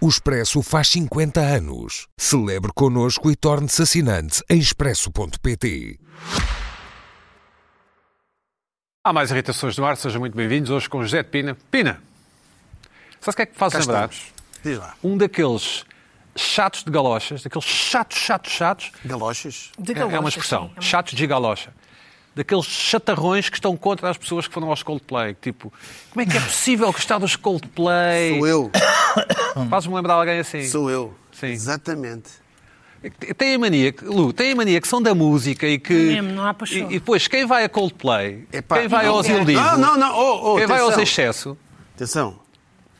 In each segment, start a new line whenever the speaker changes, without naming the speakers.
O Expresso faz 50 anos. Celebre connosco e torne-se assinante em expresso.pt.
Há mais irritações no ar, sejam muito bem-vindos. Hoje com José de Pina. Pina, sabe o que é que me faz
Cá
lembrar?
estamos. Diz lá.
Um daqueles chatos de galochas, daqueles chatos, chatos, chatos,
Galochas.
De
É- É uma
galochas,
expressão.
sim. É uma-
Chatos de galocha. Daqueles chatarrões que estão contra as pessoas que foram aos Coldplay. Tipo, como é que é possível gostar dos Coldplay?
Sou eu.
Faz-me lembrar alguém assim.
Sou eu.
Sim.
Exatamente.
Tem a mania, que- Lu, tem a mania que são da música e que...
É Mesmo, não há paixão.
E, e depois, quem vai a Coldplay,
Epá,
quem vai
não. é.
aos Ildivo,
Não, não, não. Oh, oh,
é um quem vai
atenção.
aos Excesso,
Atenção.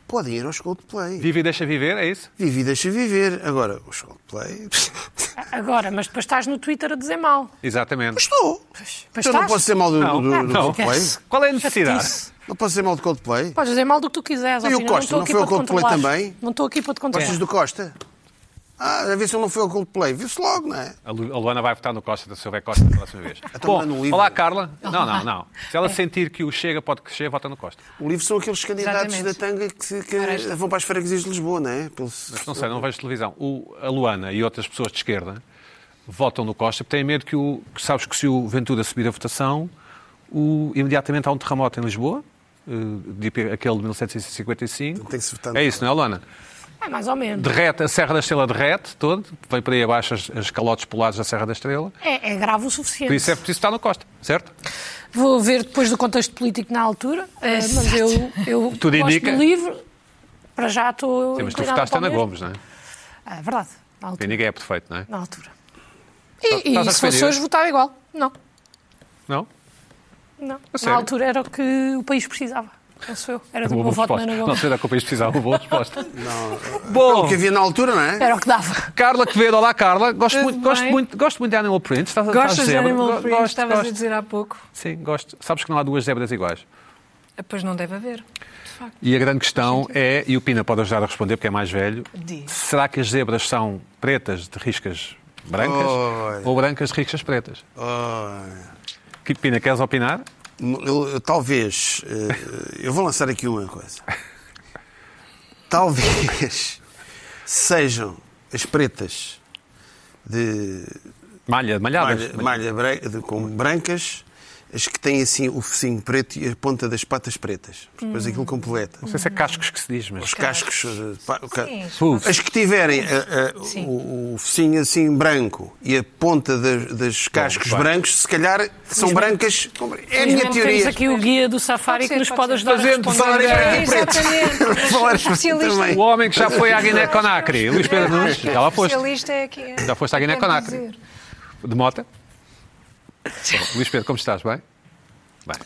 Podem ir aos Coldplay.
vive e deixa viver, é isso?
Vivi, deixa viver. Agora, os Coldplay...
Agora, mas depois estás no Twitter a dizer mal.
Exatamente.
Estou.
Mas
eu não
estás?
posso ser mal do,
Não.
do- do
Não.
Coldplay.
Qual é a necessidade?
Chatice.
Não posso ser mal do Coldplay.
Podes dizer mal do que tu quiseres.
E o
Alcina,
Costa,
estou
não
aqui
foi
para
ao
te
Coldplay
controlar.
também?
Não estou aqui para te
é.
controlar.
Gostas do Costa? Ah, a ver se ele não foi ao Coldplay. Viu-se logo, não é?
A Lu- a Luana vai votar no Costa da Silva é Costa da próxima vez.
Então
Bom,
manda um livro.
olá Carla. Não, não, não. Se ela sentir que o Chega pode crescer, vota no Costa.
O livro são aqueles candidatos
Exatamente.
da tanga que, se- que
Ora, esta-
vão para as freguesias de Lisboa, não é? Pelo-
Não sei, não vejo televisão. O, a Luana e outras pessoas de esquerda votam no Costa porque têm medo que o. que sabes que se o Ventura subir a votação, o, imediatamente há um terremoto em Lisboa, eh, de IP aquele de 1755.
Tem que se votar no
é isso, não é, Luana?
É mais ou menos.
Derrete, a Serra da Estrela derrete todo, vem para aí abaixo as, as calotes polares da Serra da Estrela.
É, é grave o
Por
suficiente.
isso é preciso estar no Costa, certo?
Vou ver depois do contexto político na altura, eh, mas eu, eu
Tudo
gosto
indica.
do livro. Para já estou.
Sim, mas tu
inclinada
votaste
para o
Ana
mesmo.
Gomes, não é?
Ah, É verdade, na
E
altura.
ninguém é perfeito, não é?
Na altura. E,
Estás
e
a
se fosse
defender?
hoje, votava igual. Não.
Não?
não. Na
sério? É
altura era o que o país precisava. Penso eu. Era do que
Boa
o voto na
resposta.
Ana
Não
Gomes.
sei da que o país precisava, uma boa resposta.
O
Bom,
que havia na altura, não é?
Era o que dava.
Carla Quevedo, olá Carla. Gosto
Tudo
muito, gosto
bem?
muito, gosto muito de Animal Print. Estás,
Gostas
estás
de
zebra?
Animal
Go-
Print?
Gosto,
Estavas
gosto.
a dizer há pouco.
Sim, gosto. Sabes que não há duas zebras iguais.
Ah, Pois não deve haver.
E a grande questão é, e o Pina pode ajudar a responder porque é mais velho,
Diz.
será que as zebras são pretas de riscas brancas
Oi.
ou brancas de riscas pretas?
Ora.
Que Pina, queres opinar?
Eu- eu- talvez. eh, eu vou lançar aqui uma coisa. Talvez sejam as pretas de
Malha, malhadas.
malha, malha bre- de- com brancas as que têm assim o focinho preto e a ponta das patas pretas. Depois aquilo completa.
Não sei se é cascos que se diz, mas...
Os cascos. eh, pa- o ca-
Sim.
Hooves.
As que tiverem eh, eh,
Sim.
o, o focinho assim branco e a ponta das, das cascos
claro.
brancos, se calhar são brancas. com- É a minha
Felizmente Temos
teoria.
aqui o guia do Safari
Pode ser,
que nos
pode
pode
ser.
ajudar a
Fazendo
responder.
Safari.
É, preto.
Exatamente.
Falar
O especialista-
também.
O homem que já foi à Guiné-Conakry, é Luís Pedro Nunes, já lá foste.
É. especialista é aqui.
Já foste à Guiné-Conakry.
Quero dizer.
De mota? Luís Pedro, como estás? Bem? Bem.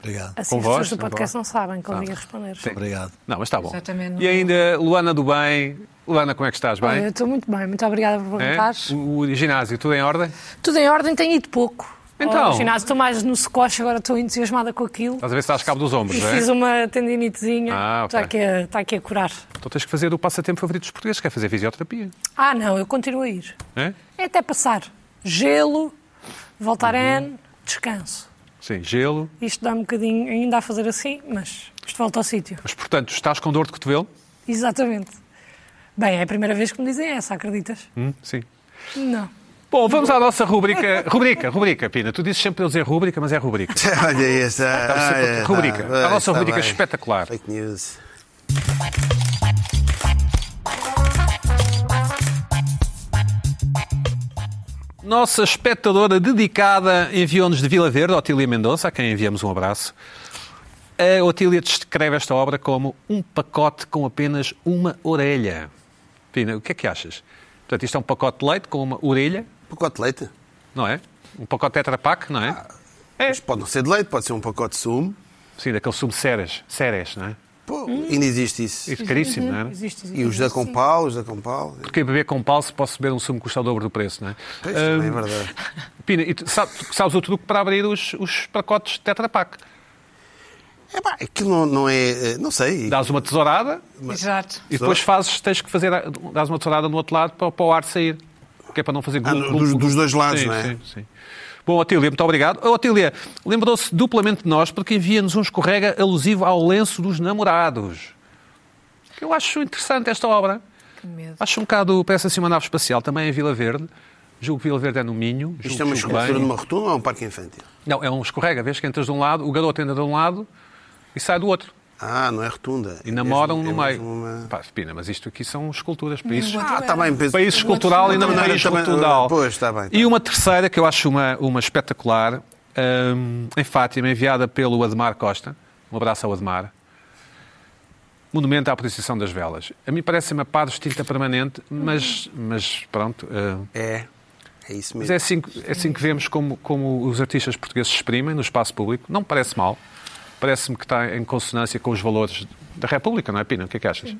Obrigado.
Assim,
Com
as
voz,
pessoas do
com
podcast não sabem como
Tá.
ia responder.
Obrigado.
Não, mas está bom.
Exatamente. é?
E ainda, Luana do Bem. Luana, como é que estás?
Olha, eu
Bem?
estou muito bem, muito obrigada por
É?
perguntar.
O, o ginásio, tudo em ordem?
Tudo em ordem, tenho ido pouco.
Então.
Ao ginásio, estou mais no secoche, agora estou entusiasmada com aquilo.
Estás a ver se estás cabo dos ombros,
E
não é?
fiz uma tendinitezinha,
Ah, ok.
está, aqui a, está aqui a curar.
Então tens que fazer o passatempo favorito dos portugueses, que é fazer fisioterapia.
Ah, não, eu continuo a ir.
não É?
É até passar.
Uhum.
Gelo, voltaren, descanso.
Sim, gelo.
Isto dá um bocadinho ainda a fazer assim, mas isto volta ao sítio.
Mas, portanto, estás com dor de cotovelo?
Exatamente. Bem, é a primeira vez que me dizem essa, acreditas?
Hum, sim.
Não.
Bom, vamos à nossa rubrica. Rubrica, rubrica, Pina. Tu dizes sempre para eu dizer rubrica, mas é rubrica.
Olha essa.
Ah, sempre
olha,
outra rubrica.
bem,
A nossa
está
rubrica é
bem.
espetacular.
Fake news.
Nossa espectadora dedicada enviou-nos de Vila Verde, Otília Mendonça, a quem enviamos um abraço. A Otília descreve esta obra como um pacote com apenas uma orelha. Pina, o que é que achas? Portanto, isto é um pacote de leite com uma orelha,
Pacote de leite.
não é? Um pacote Tetra Pak, não é? é.
Mas pode não ser de leite, pode ser um pacote de sumo.
Sim, daquele sumo ceres, ceres, não é?
Pô, ainda existe isso.
Isso é caríssimo, não é?
Existe, existe.
E os da com pau, os da com pau.
Porque beber com pau se posso beber um sumo que custa o dobro do preço, não é?
Pois,
Ah,
também é verdade.
Pina, e tu sabes, sabes o truque para abrir os, os pacotes Tetra Pak?
É pá, aquilo não, não é. eh, Não sei.
Dás uma tesourada,
Exato.
E depois fazes, tens que fazer, dás uma tesourada no outro lado para, para o ar sair. Que é para não fazer
Ah, dos- dos dois lados,
sim,
não é?
Sim, sim. Bom, Otília, muito obrigado. Oh, Otília, lembrou-se duplamente de nós porque envia-nos um escorrega alusivo ao lenço dos namorados. que eu acho interessante esta obra.
Que medo.
Acho um bocado, parece assim uma nave espacial, também em Vila Verde. Julgo que Vila Verde é no Minho. julgo
Isto
que
é uma
julgo
escultura
bem.
de uma rotunda ou é um parque infantil?
Não, é um escorrega, vês que entras de um lado, o garoto entra de um lado e sai do outro.
Ah, não é rotunda.
E namoram
mesmo-
no
é
meio.
mesmo uma-
Pá, Pina, mas isto aqui são esculturas, países.
Ah, está bem. penso-
Países um cultural e não
Também-
país
também- uh,
cultural.
Pois, está bem.
E um- uma terceira, que eu acho uma, uma espetacular, hum, em Fátima, enviada pelo Ademar Costa. Um abraço ao Ademar. Monumento à Apreciação das Velas. A mim parece-me a par de tinta permanente, mas, mas pronto. hum,
É, é isso
mas
mesmo.
é assim, que- é assim que vemos como, como os artistas portugueses se exprimem no espaço público. Não me parece mal. Parece-me que está em consonância com os valores da República, não é, Pina? O que é que achas?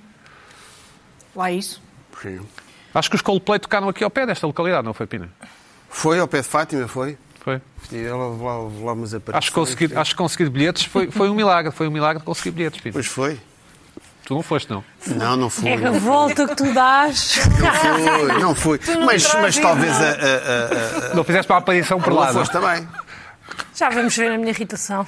Lá isso.
é-
Sim.
Acho que os Coldplay tocaram aqui ao pé desta localidade, não foi, Pina?
Foi ao pé de Fátima, foi?
Foi.
Estive lá, lá, lá umas aparições.
Acho que conseguir, acho que conseguir bilhetes foi, foi um milagre. Foi um milagre conseguir bilhetes, Pina.
Pois foi.
Tu não foste, não.
Não, não fui.
É a volta que tu dás.
Foi, não fui.
não
mas
trazes
mas talvez a, a,
Não fizeste uma aparição por
a,
lá.
a,
não?
fosse também.
Já vamos ver a minha irritação.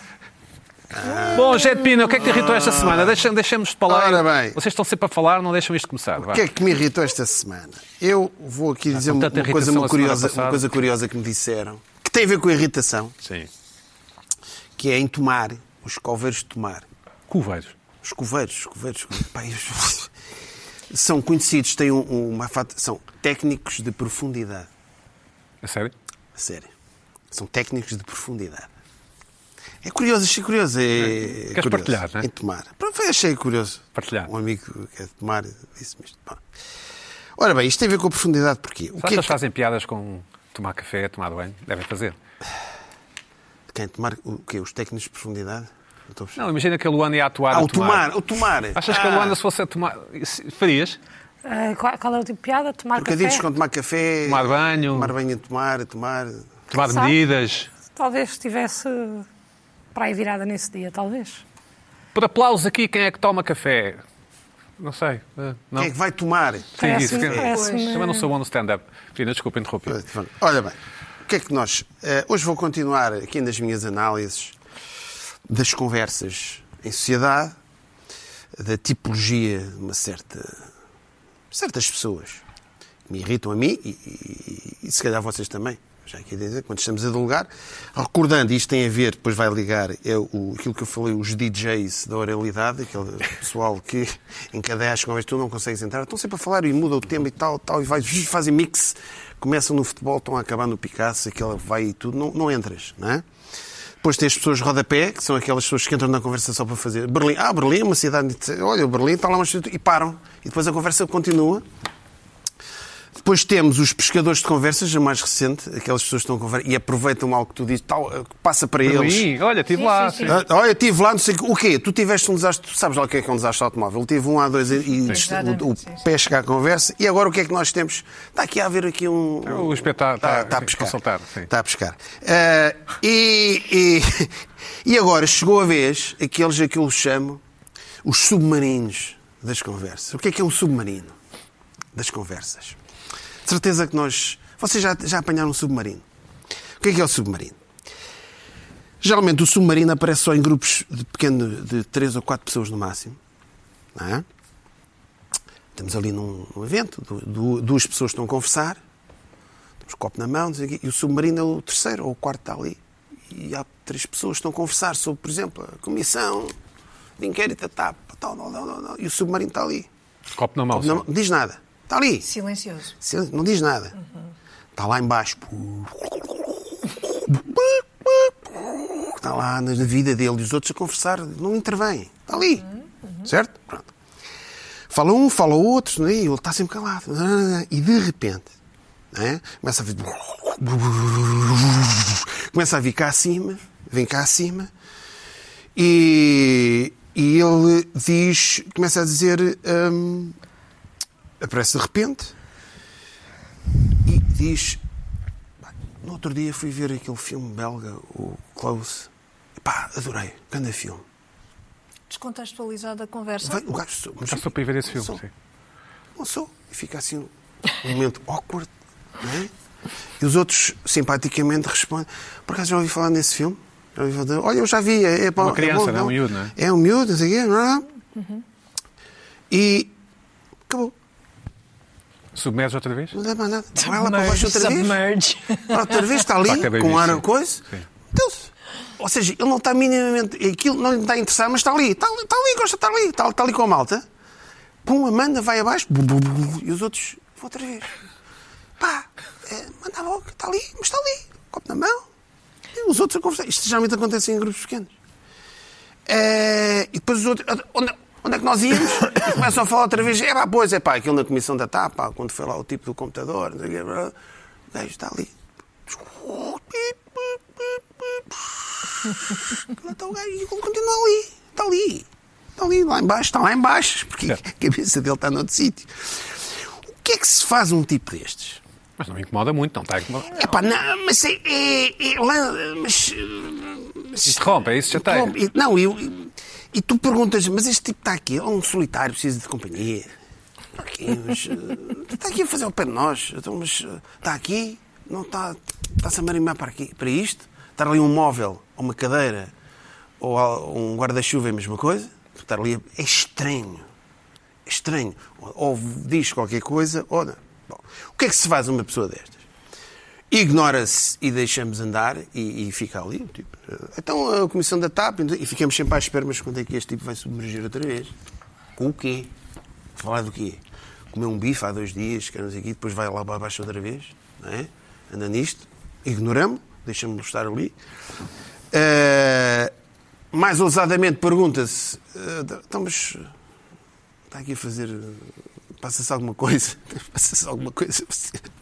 Bom, Jete Pina, o que é que te irritou esta semana? Deixa- Deixemos-te falar.
Ora bem.
Vocês estão sempre a falar, não deixam isto começar. vá.
O que é que me irritou esta semana? Eu vou aqui dizer
com
uma,
tanta
uma coisa,
irritação
uma
a semana
curiosa, uma
passada.
coisa curiosa que me disseram, que tem a ver com a irritação,
Sim.
que é em tomar, os coveiros de tomar.
Coveiros.
Os coveiros, os coveiros, pá, eles- são conhecidos, têm um- uma fat- são técnicos de profundidade.
A sério?
A sério. São técnicos de profundidade. É curioso, achei curioso. É, é
Queres
curioso.
partilhar, não é?
Em tomar. Pronto, foi, achei curioso.
Partilhar.
Um amigo que é de tomar disse-me isto. Bom. Ora bem, isto tem a ver com a profundidade, porquê? O
Sabe que
que é
eles
que...
fazem piadas com tomar café, tomar banho? Devem fazer.
Quem tomar o quê? Os técnicos de profundidade? Não estou a perceber.
Não, imagina que a Luana ia atuar
Ah,
a
o tomar, Ah. o tomar.
Achas que a Luana, se fosse a tomar... se- Farias?
Ah, qual, qual era o tipo de piada? Tomar
Trocadilhos
café?
com tomar café.
Tomar banho.
Tomar banho, tomar, tomar.
Tomar
Sabe?
medidas?
Talvez estivesse para aí virada nesse dia, talvez.
Por aplausos aqui, quem é que toma café? Não sei. eh, Não?
Quem é que vai tomar?
Sim,
Parece-me-
isso. quem-
parece-me-
Também não sou bom no stand-up. Pina, desculpa interromper.
Olha bem, o que é que nós. eh, hoje vou continuar aqui nas minhas análises das conversas em sociedade, da tipologia de uma certa. certas pessoas que me irritam a mim e, e- e se calhar vocês também. Já aqui a dizer, quando estamos a dialogar, recordando, isto tem a ver, depois vai ligar, é o, aquilo que eu falei, os DJs da oralidade, aquele pessoal que encadeia as conversas, tu não consegues entrar, estão sempre a falar e muda o tema e tal, tal, e vai, fazem mix, começam no futebol, estão a acabar no Picasso, aquela vai e tudo, não, não entras, não é? Depois tem as pessoas de rodapé, que são aquelas pessoas que entram na conversa só para fazer. Berlim, ah, Berlim é uma cidade. Olha, Berlim está lá uma cidade. E param. E depois a conversa continua. Depois temos os pescadores de conversas, a mais recente, aquelas pessoas que estão a conversar e aproveitam algo que tu dizes, tal, eh, que passa para eles.
Ui, olha, estive lá. sim.
Ah, Olha, estive lá, não sei o quê. o quê. Tu tiveste um desastre, tu sabes lá o que é que é um desastre automóvel. Tive um A2 e e dist-
Exatamente,
o, o
sim, sim.
pé chega à conversa. E agora o que é que nós temos? Está aqui a haver aqui um.
É O espetáculo
Está,
está-
está a
sim,
pescar.
Tá, consultar, sim.
Está a pescar. Ah, e, e, e agora chegou a vez aqueles a que eu chamo os submarinos das conversas. O que é que é um submarino das conversas? De certeza que nós. Vocês já, já apanharam um submarino. O que é que é o submarino? Geralmente o submarino aparece só em grupos de pequeno de três ou quatro pessoas no máximo. Não é? Estamos ali num, num evento, du- du- duas pessoas estão a conversar, temos copo na mão, não sei o quê, e o submarino é o terceiro ou o quarto está ali. E há três pessoas que estão a conversar sobre, por exemplo, a comissão de inquérito tá, da TAP, tal, tal, tal, tal, tal, e o submarino está ali.
Copo na mão.
Não
sim.
diz nada. Está ali.
Silencioso.
Silêncio, Não diz nada. Está lá embaixo. Está Tá lá na vida dele e os outros a conversar. Não intervêm. Está ali. Certo? Pronto. Fala um, fala outro, né? e ele está sempre calado. E de repente, né? começa a vir. Começa a vir cá acima, vem cá acima, e, e ele diz, começa a dizer. hum, aparece de repente e diz: "Pá, No outro dia fui ver aquele filme belga, o Close. Pá, adorei, grande filme.
Descontextualizada a conversa.
Vai, o gajo sou, mas
Já sou Tá para ir ver esse filme,
sou-
sim.
Não sou. E fica assim um momento awkward, não é? E os outros simpaticamente respondem: Por acaso já ouvi falar nesse filme? Já ouvi falar de- Olha, eu já vi. É, um é, bom,
Uma criança, né? não
bom,
é? Um miúdo, não é?
É um miúdo, não sei o quê. não é? E acabou.
Submerge outra vez?
Não dá mais nada. Vai lá para baixo outra vez. Outra vez está ali,
Está a caber
com ar
isso.
ou coisa.
Sim.
Deus. Ou seja, ele não está minimamente. Aquilo não lhe está a interessar, mas está ali. Está ali, está ali gosta, está ali. Está, está ali com a malta. Pum, a manda, vai abaixo. bu, bu, bu, bu, e os outros, vou outra vez. Pá, é, manda a boca, está ali, mas está ali. Copo na mão. E os outros a conversar. Isto geralmente acontece em grupos pequenos. É, e depois os outros. Onde, onde é que nós íamos? E começam a falar outra vez. É pá, pois, é pá, aquilo na comissão da TAP, pá, quando foi lá o tipo do computador. não sei o quê, blá, blá. O gajo está ali. Lá está o gajo e ele continua ali. Está ali. Está ali, lá embaixo, está lá embaixo, porque a cabeça dele está noutro sítio. O que é que se faz um tipo destes?
Mas não me incomoda muito, não tá está a incomodar.
É pá, não, mas é. é, é lá- mas, mas-
Interrompe, é isso que já tem.
Interrompe. E- Não, eu, e, e tu perguntas, mas este tipo está aqui, é um solitário, precisa de companhia. Aqui, mas, eh, está aqui a fazer o pé de nós. Então, mas eh, está aqui, não está. Está-se a marimar para, aqui, para isto. Estar ali um móvel, ou uma cadeira, ou al- um guarda-chuva é a mesma coisa. Estar ali é- é estranho. É estranho. Ou, ou diz qualquer coisa, ou não. Bom, o que é que se faz a uma pessoa destas? Ignora-se e deixamos andar e, e fica ali. Tipo, eh, então a comissão da TAP e ficamos sempre à espera, mas quando é que este tipo vai submergir outra vez? Com o quê? Falar do quê? Comer um bife há dois dias, que aqui, depois vai lá para baixo outra vez, não é? Anda nisto, ignoramos, deixamos estar ali. Eh, mais ousadamente pergunta-se: eh, então, mas está aqui a fazer. eh, Passa-se alguma coisa? Passa-se alguma coisa?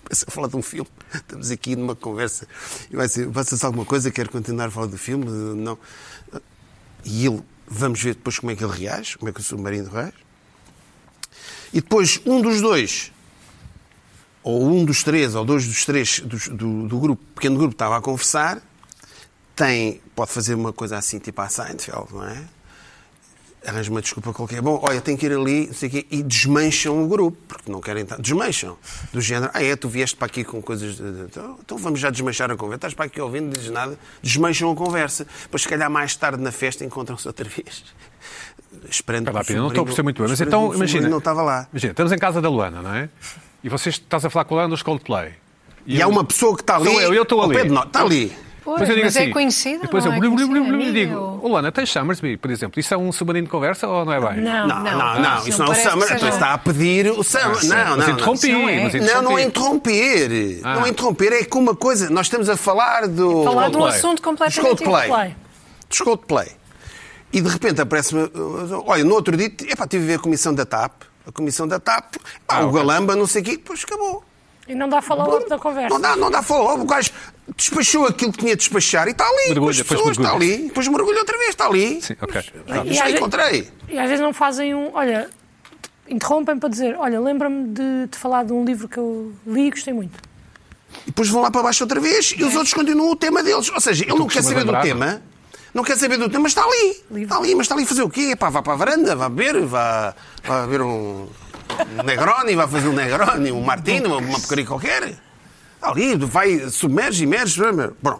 Passa a falar de um filme? Estamos aqui numa conversa. E vai ser, passa-se alguma coisa? Quer continuar a falar do filme? Eh, Não. E ele, vamos ver depois como é que ele reage, como é que o submarino reage. E depois, um dos dois, ou um dos três, ou dois dos três dos- do, do grupo, pequeno grupo, que estava a conversar, tem, pode fazer uma coisa assim, tipo a Seinfeld, não é? arranja uma desculpa qualquer. Bom, olha, tenho que ir ali, não sei o quê, e desmancham o grupo, porque não querem estar. Desmancham. Do género, ah, é, tu vieste para aqui com coisas. de- de- Então, então vamos já desmanchar a conversa. Estás para aqui ouvindo, não dizes nada. Desmancham a conversa. Depois, se calhar, mais tarde na festa, encontram-se outra vez. Esperando
Espera lá,
que o
Pina, não estou a
sobrinho-
perceber muito bem. Mas
esperando
então,
que o sobrinho
imagina.
Não estava lá.
Imagina, estamos em casa da Luana, não é? E vocês estás a falar com a Luana dos Coldplay.
E há
eu-
uma pessoa que está ali.
Sou eu, eu estou
ao
ali.
pé de nós. Está ali.
Pois,
Depois eu digo
mas é
assim,
conhecida,
Depois
não
eu
é
blu, blu,
conhecida,
blu, blu, e
amiga,
digo,
ou-
Luana, tens Summersby, por exemplo. Isso é um submarino de conversa ou não é bem?
Não,
Não, não, não. isso não é o
parece que
Summer.
seja.
Então está a pedir o Summer.
sim.
não, não.
Ah, Mas Ah.
não.
interrompi,
Não é.
mas interrompi.
Não, não é interromper. Não é interromper, é com uma coisa. Nós estamos a falar do.
Falar de um
Coldplay.
assunto completamente
Coldplay.
Coldplay.
dos Coldplay. E de repente aparece-me. uh, Olha, no outro dia, epá, tive a ver a comissão da TAP. A comissão da TAP, pá,
Ah,
o
ok.
Galamba, não sei o quê, depois acabou.
E não dá follow-up da conversa.
Não dá, não dá follow-up. O gajo despachou aquilo que tinha de despachar e está ali.
Mergulha,
com as
depois
pessoas, está
mergulha.
ali. Depois mergulha outra vez, está ali.
Sim, ok.
Ah,
E
Já
às ve-
encontrei.
E às vezes não fazem um. Olha, interrompem para dizer: Olha, lembra-me de te falar de um livro que eu li e gostei muito.
E depois vão lá para baixo outra vez e os outros continuam o tema deles. Ou seja, ele não quer
costumas
saber do
lembrar,
tema. Não quer saber do tema, mas está ali. Está ali, mas está ali a fazer o quê? Epá, vá para a varanda, vá beber, vá, vá beber um um Negroni, vá fazer um Negroni, um Martino, uma- uma porcaria qualquer. Está ali, vai, submerge, imerge. Bom.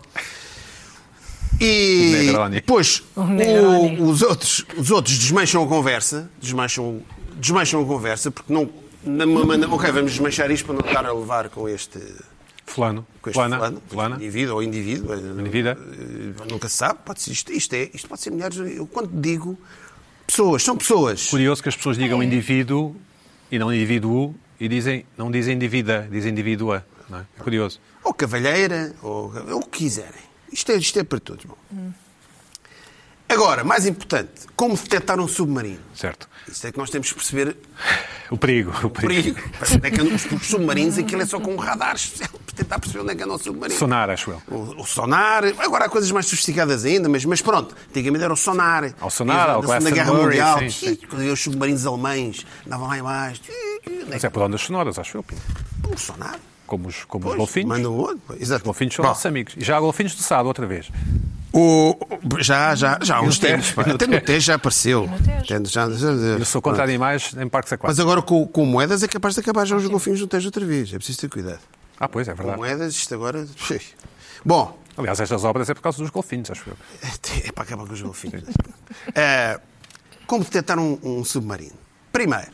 Um
E
Negroni.
depois
Negroni.
o- os, outros, os outros desmancham a conversa, desmancham, desmancham a conversa, porque não. numa maneira- ok, vamos desmanchar isto para não estar a levar com este
Fulano,
com este
Luana,
fulano,
Luana.
indivíduo ou indivíduo, eh,
Indivíduo.
eh, nunca se sabe, pode ser, isto, isto é, isto pode ser mulheres, eu quando digo pessoas, são pessoas.
Curioso que as pessoas digam indivíduo e não indivíduo e dizem, não dizem indivídua, dizem indivídua. Não é? é curioso.
ou cavalheira, ou ou o que quiserem. Isto é, isto é para todos. Bom. Agora, mais importante, como detectar um submarino?
Certo.
Isso é que nós temos que perceber
O perigo. O
o
perigo.
perigo. Onde é que andam- Os submarinos, aquilo é só com um radar especial para tentar perceber onde é que anda o submarino.
Sonar, acho eu.
O, o sonar, agora há coisas mais sofisticadas ainda, mas, mas pronto, antigamente era o sonar.
Ao sonar, ao
da Segunda
Glastonbury,
Guerra Mundial,
sim, sim.
quando iam os submarinos alemães, andavam lá em baixo.
Mas é por ondas sonoras, acho eu. Pina.
O sonar,
Como os, como os
pois,
golfinhos.
Mandam o outro. Exato.
Os golfinhos são
Bom,
nossos amigos. E já há golfinhos do Sado, outra vez.
o- já, já, já há uns
Tejo,
tempos. pá.
e no
Até no
Tejo.
Tejo já apareceu. Até no- já- já-
Eu sou contra animais em parques aquáticos.
Mas agora com, com moedas é capaz de acabar já os golfinhos no Tejo outra vez. É preciso ter cuidado.
Ah, pois, é
Com
verdade.
moedas, isto agora. Bom,
Aliás, estas obras é por causa dos golfinhos, acho eu.
É para acabar com os golfinhos. É, como detectar um, um submarino? Primeiro,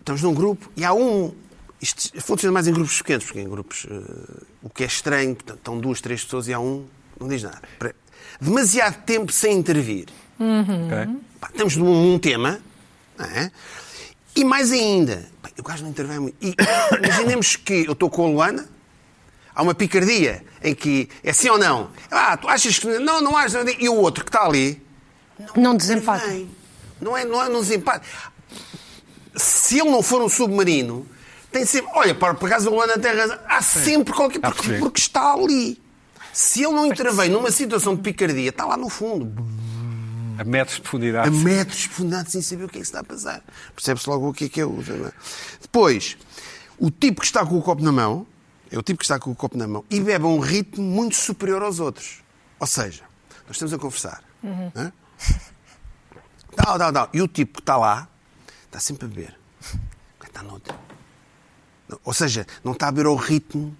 estamos num grupo e há um. Isto funciona mais em grupos pequenos, porque em grupos eh, o que é estranho, portanto, estão duas, três pessoas e há um, não diz nada. Pre- Demasiado tempo sem intervir.
Ok?
Pá, estamos num, num tema, não é? E mais ainda, pá, o gajo não intervém muito. E imaginemos que eu estou com a Luana, há uma picardia em que é sim ou não. Ah, tu achas que. Não, não achas. E o outro que está ali.
Não desempata.
Bem, Não é, não é um desempate. Se ele não for um submarino, tem sempre. Olha, por por acaso o Luana tem razão. Há sempre qualquer.
Há
Porque,
perceber.
porque está ali. Se ele não intervém numa situação de picardia, está lá no fundo,
A metros de
a
profundidade.
metros de profundidade, sem saber o que é que se está a passar. Percebe-se logo o que é que é o. não é? Depois, o tipo que está com o copo na mão, é o tipo que está com o copo na mão, e bebe a um ritmo muito superior aos outros. Ou seja, nós estamos a conversar.
Uhum.
não é? Tal, tal, tal. E o tipo que está lá está sempre a beber. Está noutra. Ou seja, não está a beber ao ritmo.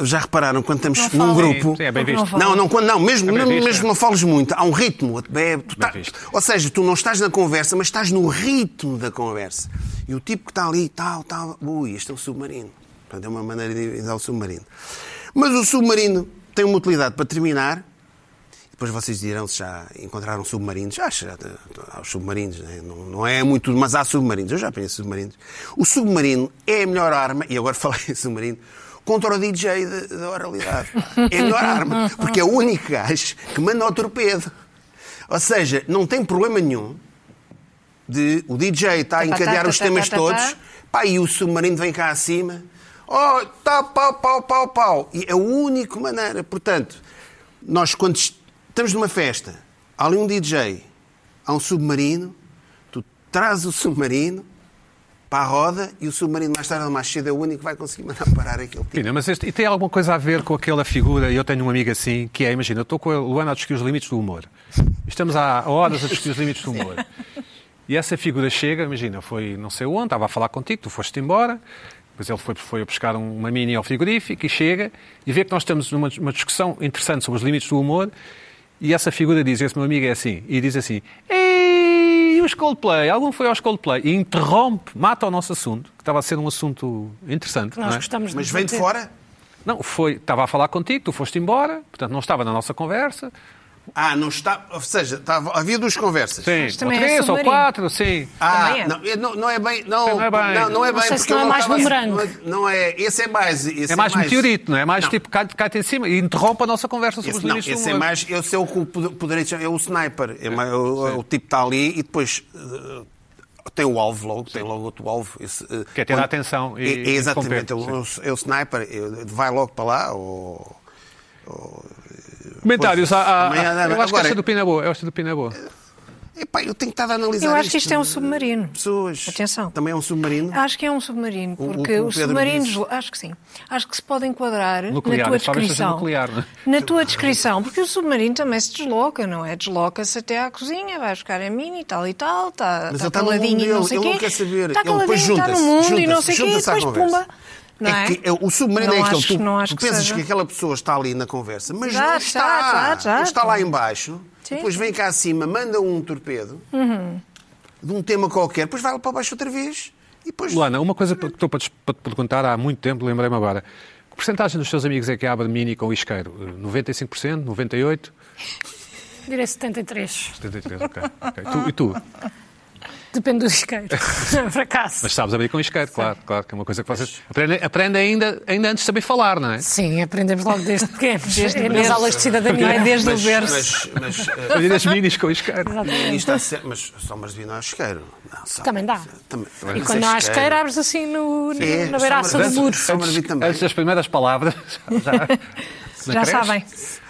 Já repararam quando estamos
Não
num
fala.
grupo?
É, é bem
Porque
visto.
fala.
Não, não, quando, não mesmo,
É bem
mesmo,
visto,
mesmo
é.
não fales muito. Há um ritmo. Bebe, tu tá-
visto.
ou seja, tu não estás na conversa, mas estás no ritmo da conversa. E o tipo que está ali, tal, tal, ui, este é um submarino. Portanto, é uma maneira de usar o submarino. Mas o submarino tem uma utilidade para terminar. Depois vocês dirão se já encontraram submarinos. Já, já há os submarinos, né? não, não é muito, mas há submarinos. Eu já apanhei submarinos. O submarino é a melhor arma, e agora falei em submarino, contra o DJ de- da oralidade. É a melhor arma, porque é o único gajo que manda o torpedo. Ou seja, não tem problema nenhum de o DJ está a encadear os temas todos, pá, e o submarino vem cá acima, oh, tá, pau, pau, pau, pau. E é a única maneira. Portanto, nós quando est- estamos numa festa, há ali um DJ, há um submarino, tu traz o submarino para a roda e o submarino mais tarde ou mais cedo é o único que vai conseguir mandar parar aquele tipo.
Pina, mas este- e tem alguma coisa a ver com aquela figura, e eu tenho um amigo assim, que é, imagina, eu estou com a Luana a discutir os limites do humor. Estamos há horas a discutir os limites do humor. E essa figura chega, imagina, foi não sei onde, estava a falar contigo, tu foste embora, depois ele foi, foi a buscar um- uma mini ao frigorífico e chega e vê que nós estamos numa uma discussão interessante sobre os limites do humor e essa figura diz, esse meu amigo é assim, e diz assim, Ei, e os Coldplay, algum foi aos Coldplay, e interrompe, mata o nosso assunto, que estava a ser um assunto interessante.
Nós
não é?
gostamos
Mas vem de
debater.
fora?
Não, foi, estava a falar contigo, tu foste embora, portanto não estava na nossa conversa.
Ah, não está. Ou seja, estava- havia duas conversas.
Sim,
Mas
ou
também é
três, ou
submarino.
quatro, sim.
Ah,
Também é.
não, não, não é bem. Não,
Não é bem.
Não, não é
Não
bem
sei se
porque
não é
eu
mais
estava-
bumerangue.
Não é. Esse é mais. Esse
É mais meteorito, não é? É mais tipo, cai, cai em cima e interrompe a nossa conversa sobre
Esse,
os
não,
limites do
esse é
humor.
mais. Eu sei o que pod- poderia dizer, É o sniper. É, mais- o, o tipo está ali e depois. eh, tem o alvo logo, tem logo outro alvo. Esse, eh,
Que é ter a atenção e-
é,
e
é exatamente, é
interromper,
o, é o sniper, é- vai logo para lá, ou
Comentários. à- à- à-
Amanhã-
eu acho que
agora-
esta do Pina é boa. Eu acho que do Pina é boa.
Epá, eu tenho que estar a analisar
Eu acho que
isto,
isto é um
eh,
submarino.
Pessoas.
Atenção.
Também é um submarino.
Acho que é um submarino,
O- o
porque
que o
os
Pedro
submarinos,
disse.
acho que sim, acho que se pode enquadrar
Nuclear,
na tua
mas talvez seja
descrição.
nuclear, não é?
Na tua descrição, porque o submarino também se desloca, não é? Desloca-se até à cozinha, vai buscar a mini e tal e tal, está
Mas
tá
ele está no mundo
caladinho e não
dele,
sei
ele
quê.
não quer saber.
Está
Ele depois
caladinho, está no
junta-se,
mundo e não
junta-se,
sei o quê, e
junta-se à
depois
conversa.
pumba. Não é?
É que, é, o submarino
não
é aquele
acho,
tu,
não acho
tu
que
pensas
seja.
que é aquela pessoa está ali na conversa, mas
Já,
não
já,
está.
já, já.
Ele está lá embaixo,
Sim,
depois
sim. Uhum.
vem cá acima, manda um torpedo de um tema qualquer, depois vai lá para baixo outra vez e depois.
Luana, uma coisa que estou para te para te perguntar há muito tempo, lembrei-me agora. Que porcentagem dos teus amigos é que abre mini com isqueiro? Eh, 95%? 98%?
Direi 73.
73%? Ok. ok. Tu, e tu?
Depende do isqueiro. Por acaso.
Mas sabes abrir com isqueiro, claro. Claro que é uma coisa que vocês aprendem, aprendem ainda, ainda antes de saber falar, não é?
Sim, aprendemos logo desde pequenos.
Desde
é nas
pequenos.
aulas de cidadania.
é desde
mas,
o verso.
Mas, mas, eh,
Abrir as minis com isqueiro.
ali está certo, mas só mas devia não é isqueiro. Não, só-
Também dá.
Também-
E
mas
quando
é
não há isqueiro, abres assim no, no-
É,
na beiraça
sombra-
do muro.
sombra- também.
Antes das primeiras palavras, já, na
Já
creche.
sabem.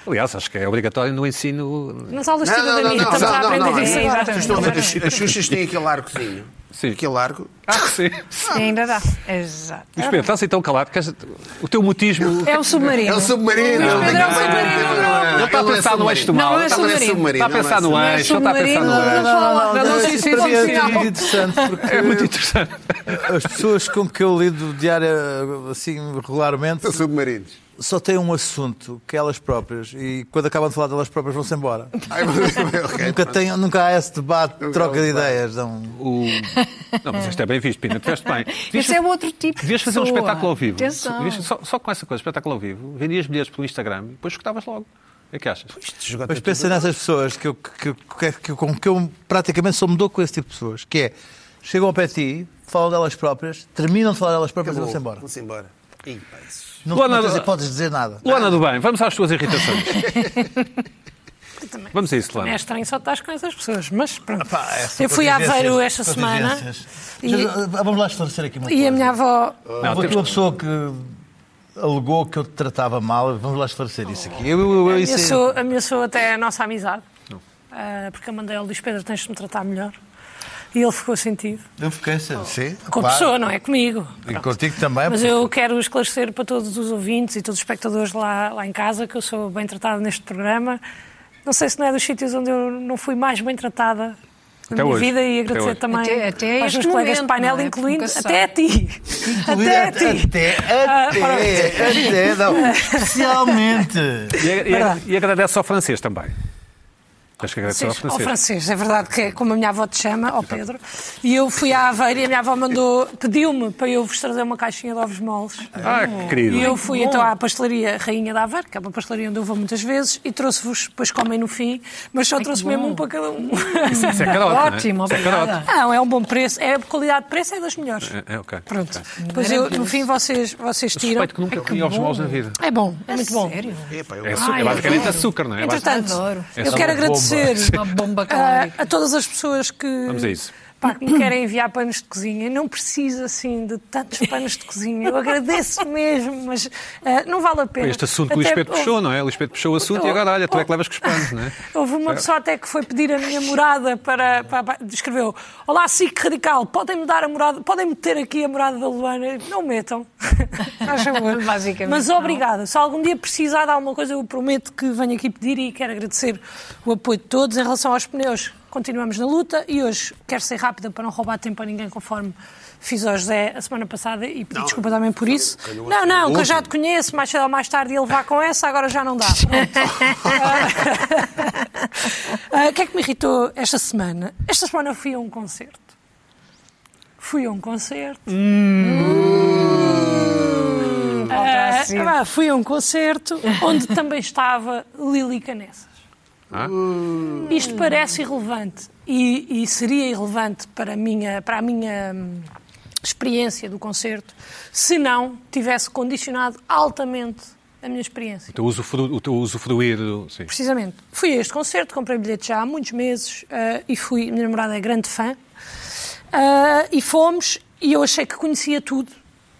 Aliás, acho que é obrigatório no ensino.
Nas aulas de
Não, não, não,
cidadania.
não,
Estamos a
não, não, não,
aprender isso
é,
agora.
exatamente.
Estão a ver, as, as Xuxas têm aquele arcozinho.
Sim.
Aquele arco.
Ah, sim.
Sim, ainda dá. Exato.
Mas Pedro, estás aí tão calado. queres- O teu mutismo.
É o submarino.
É o submarino. É
Luís Pedro, é o submarino,
Ele está a pensar no eixo do
Não,
mal.
não é
Ele está a pensar-
submarino.
Está a pensar no
Não é
eixo, ele
tá
está a pensar no
submarino.
eixo.
Não, não, não,
não, sim, sim,
para
sim,
mim é
sim.
tudo muito interessante porque
É muito interessante.
as pessoas com que eu lido diário assim regularmente
Submarinos.
só têm um assunto que é elas próprias e quando acabam de falar delas próprias vão-se embora.
Ai, ok,
nunca,
pronto.
tem, nunca há esse debate,
Nunca
troca
há
de
um debate.
ideias. Não...
O... Não, mas este é bem visto, Pina. Tiveste bem. Devias-
Esse é outro tipo
Devias
de
fazer um
pessoa.
espetáculo ao vivo.
Atenção.
Devias- Só, só com essa coisa, espetáculo ao vivo. Vendias bilhetes pelo Instagram e depois escutavas logo. O que é que achas?
Mas pensa nessas pessoas que eu, que, que, é, que, com que eu praticamente só me dou com esse tipo de pessoas, que é chegam ao pé de ti, falam delas próprias, terminam de falar delas próprias e vão-se embora.
Vamos embora. Ih, pá, isso-
Não,
Luana-
não tens hipóteses de dizer nada.
Luana do Bem, vamos às tuas irritações. vamos a isso,
É
Luana.
estranho só estás com essas pessoas, mas pronto.
Pá, é só
eu fui a Aveiro esta
contingências,
semana
contingências.
e-
Já, eh, Vamos lá esclarecer aqui uma
e a minha avó
Não,
Houve aqui
temos-
uma pessoa que alegou que eu te tratava mal. Vamos lá esclarecer isso aqui. Eu, eu, eu, isso é-
ameaçou, ameaçou até a nossa amizade. Ah, porque eu mandei ao Luís Pedro, tens de me tratar melhor. E ele ficou sentido.
eu fiquei sem. Sim,
Com a pessoa, não é comigo.
E contigo também.
Mas
É porque-
eu quero esclarecer para todos os ouvintes e todos os espectadores lá, lá em casa que eu sou bem tratada neste programa. Não sei se não é dos sítios onde eu não fui mais bem tratada na
Até
minha
hoje.
vida e
Até
agradecer
hoje.
também
Até- até
aos meus
este
colegas de
momento,
painel,
não é? Porque
incluindo
nunca se
até a ti. Até a ti.
Até,
Ah,
até, até, não. Especialmente.
E, a- e a- e agradece ao francês também. Tens que agradecer ao
francês. Ao
francês.
francês, é verdade, que é como a minha avó te chama, ao Pedro. E eu fui à Aveiro e a minha avó mandou, pediu-me para eu vos trazer uma caixinha de ovos moles.
Ah, que querido.
E eu fui então à pastelaria Rainha da Aveiro, que é uma pastelaria onde eu vou muitas vezes, e trouxe-vos, depois comem no fim, mas só trouxe mesmo um para cada um.
Isso é carote, não é?
Ótimo,
Isso é
obrigada.
carote.
Não, é um bom preço, é qualidade de preço, é das melhores.
É, é, ok.
Pronto. Depois eu, no fim vocês, vocês tiram.
Suspeito que nunca comi ovos maus na vida.
É bom, é
A
muito bom.
Sério?
Epá, eu-
É, açu- é basicamente açúcar, não é? É basicamente-
Entretanto,
Adoro.
eu quero agradecer
É Uma
Ah.
bomba calórica.
a, a todas as pessoas que,
Vamos a isso.
pá, que me querem enviar panos de cozinha. Não preciso assim de tantos panos de cozinha. Eu agradeço mesmo, mas ah, não vale a pena.
Este assunto que o
Até
Lispeto
houve-
puxou, não é? O Lispeto puxou o assunto e agora, olha, tu é que levas com os panos, não é?
Houve uma pessoa até que foi pedir a minha morada para. para, para- escreveu: Olá, SIC Radical, podem-me dar a morada, podem meter aqui a morada da Luana. Não metam. Faz favor.
Basicamente,
Mas
não.
obrigada. Se algum dia precisar de alguma coisa, eu prometo que venho aqui pedir e quero agradecer o apoio de todos. Em relação aos pneus, continuamos na luta e hoje quero ser rápida para não roubar tempo a ninguém, conforme fiz ao José a semana passada e pedi desculpa também por isso. Não, não, que eu já te conheço, mais cedo ou mais tarde ia levar com essa, agora já não dá. Ah, O que é que me irritou esta semana? Esta semana eu fui a um concerto. Fui a um concerto.
Hum. Volta a
Ah,
ser.
ah, fui a um concerto onde também estava Lili Canessas.
Ah?
Isto parece irrelevante e, e seria irrelevante para a minha, para a minha hum, experiência do concerto se não tivesse condicionado altamente a minha experiência.
O teu usufru- o teu usufruir, do- sim.
Precisamente. Fui a este concerto, comprei bilhete já há muitos meses ah, e fui. A minha namorada é grande fã. Ah, e fomos e eu achei que conhecia tudo.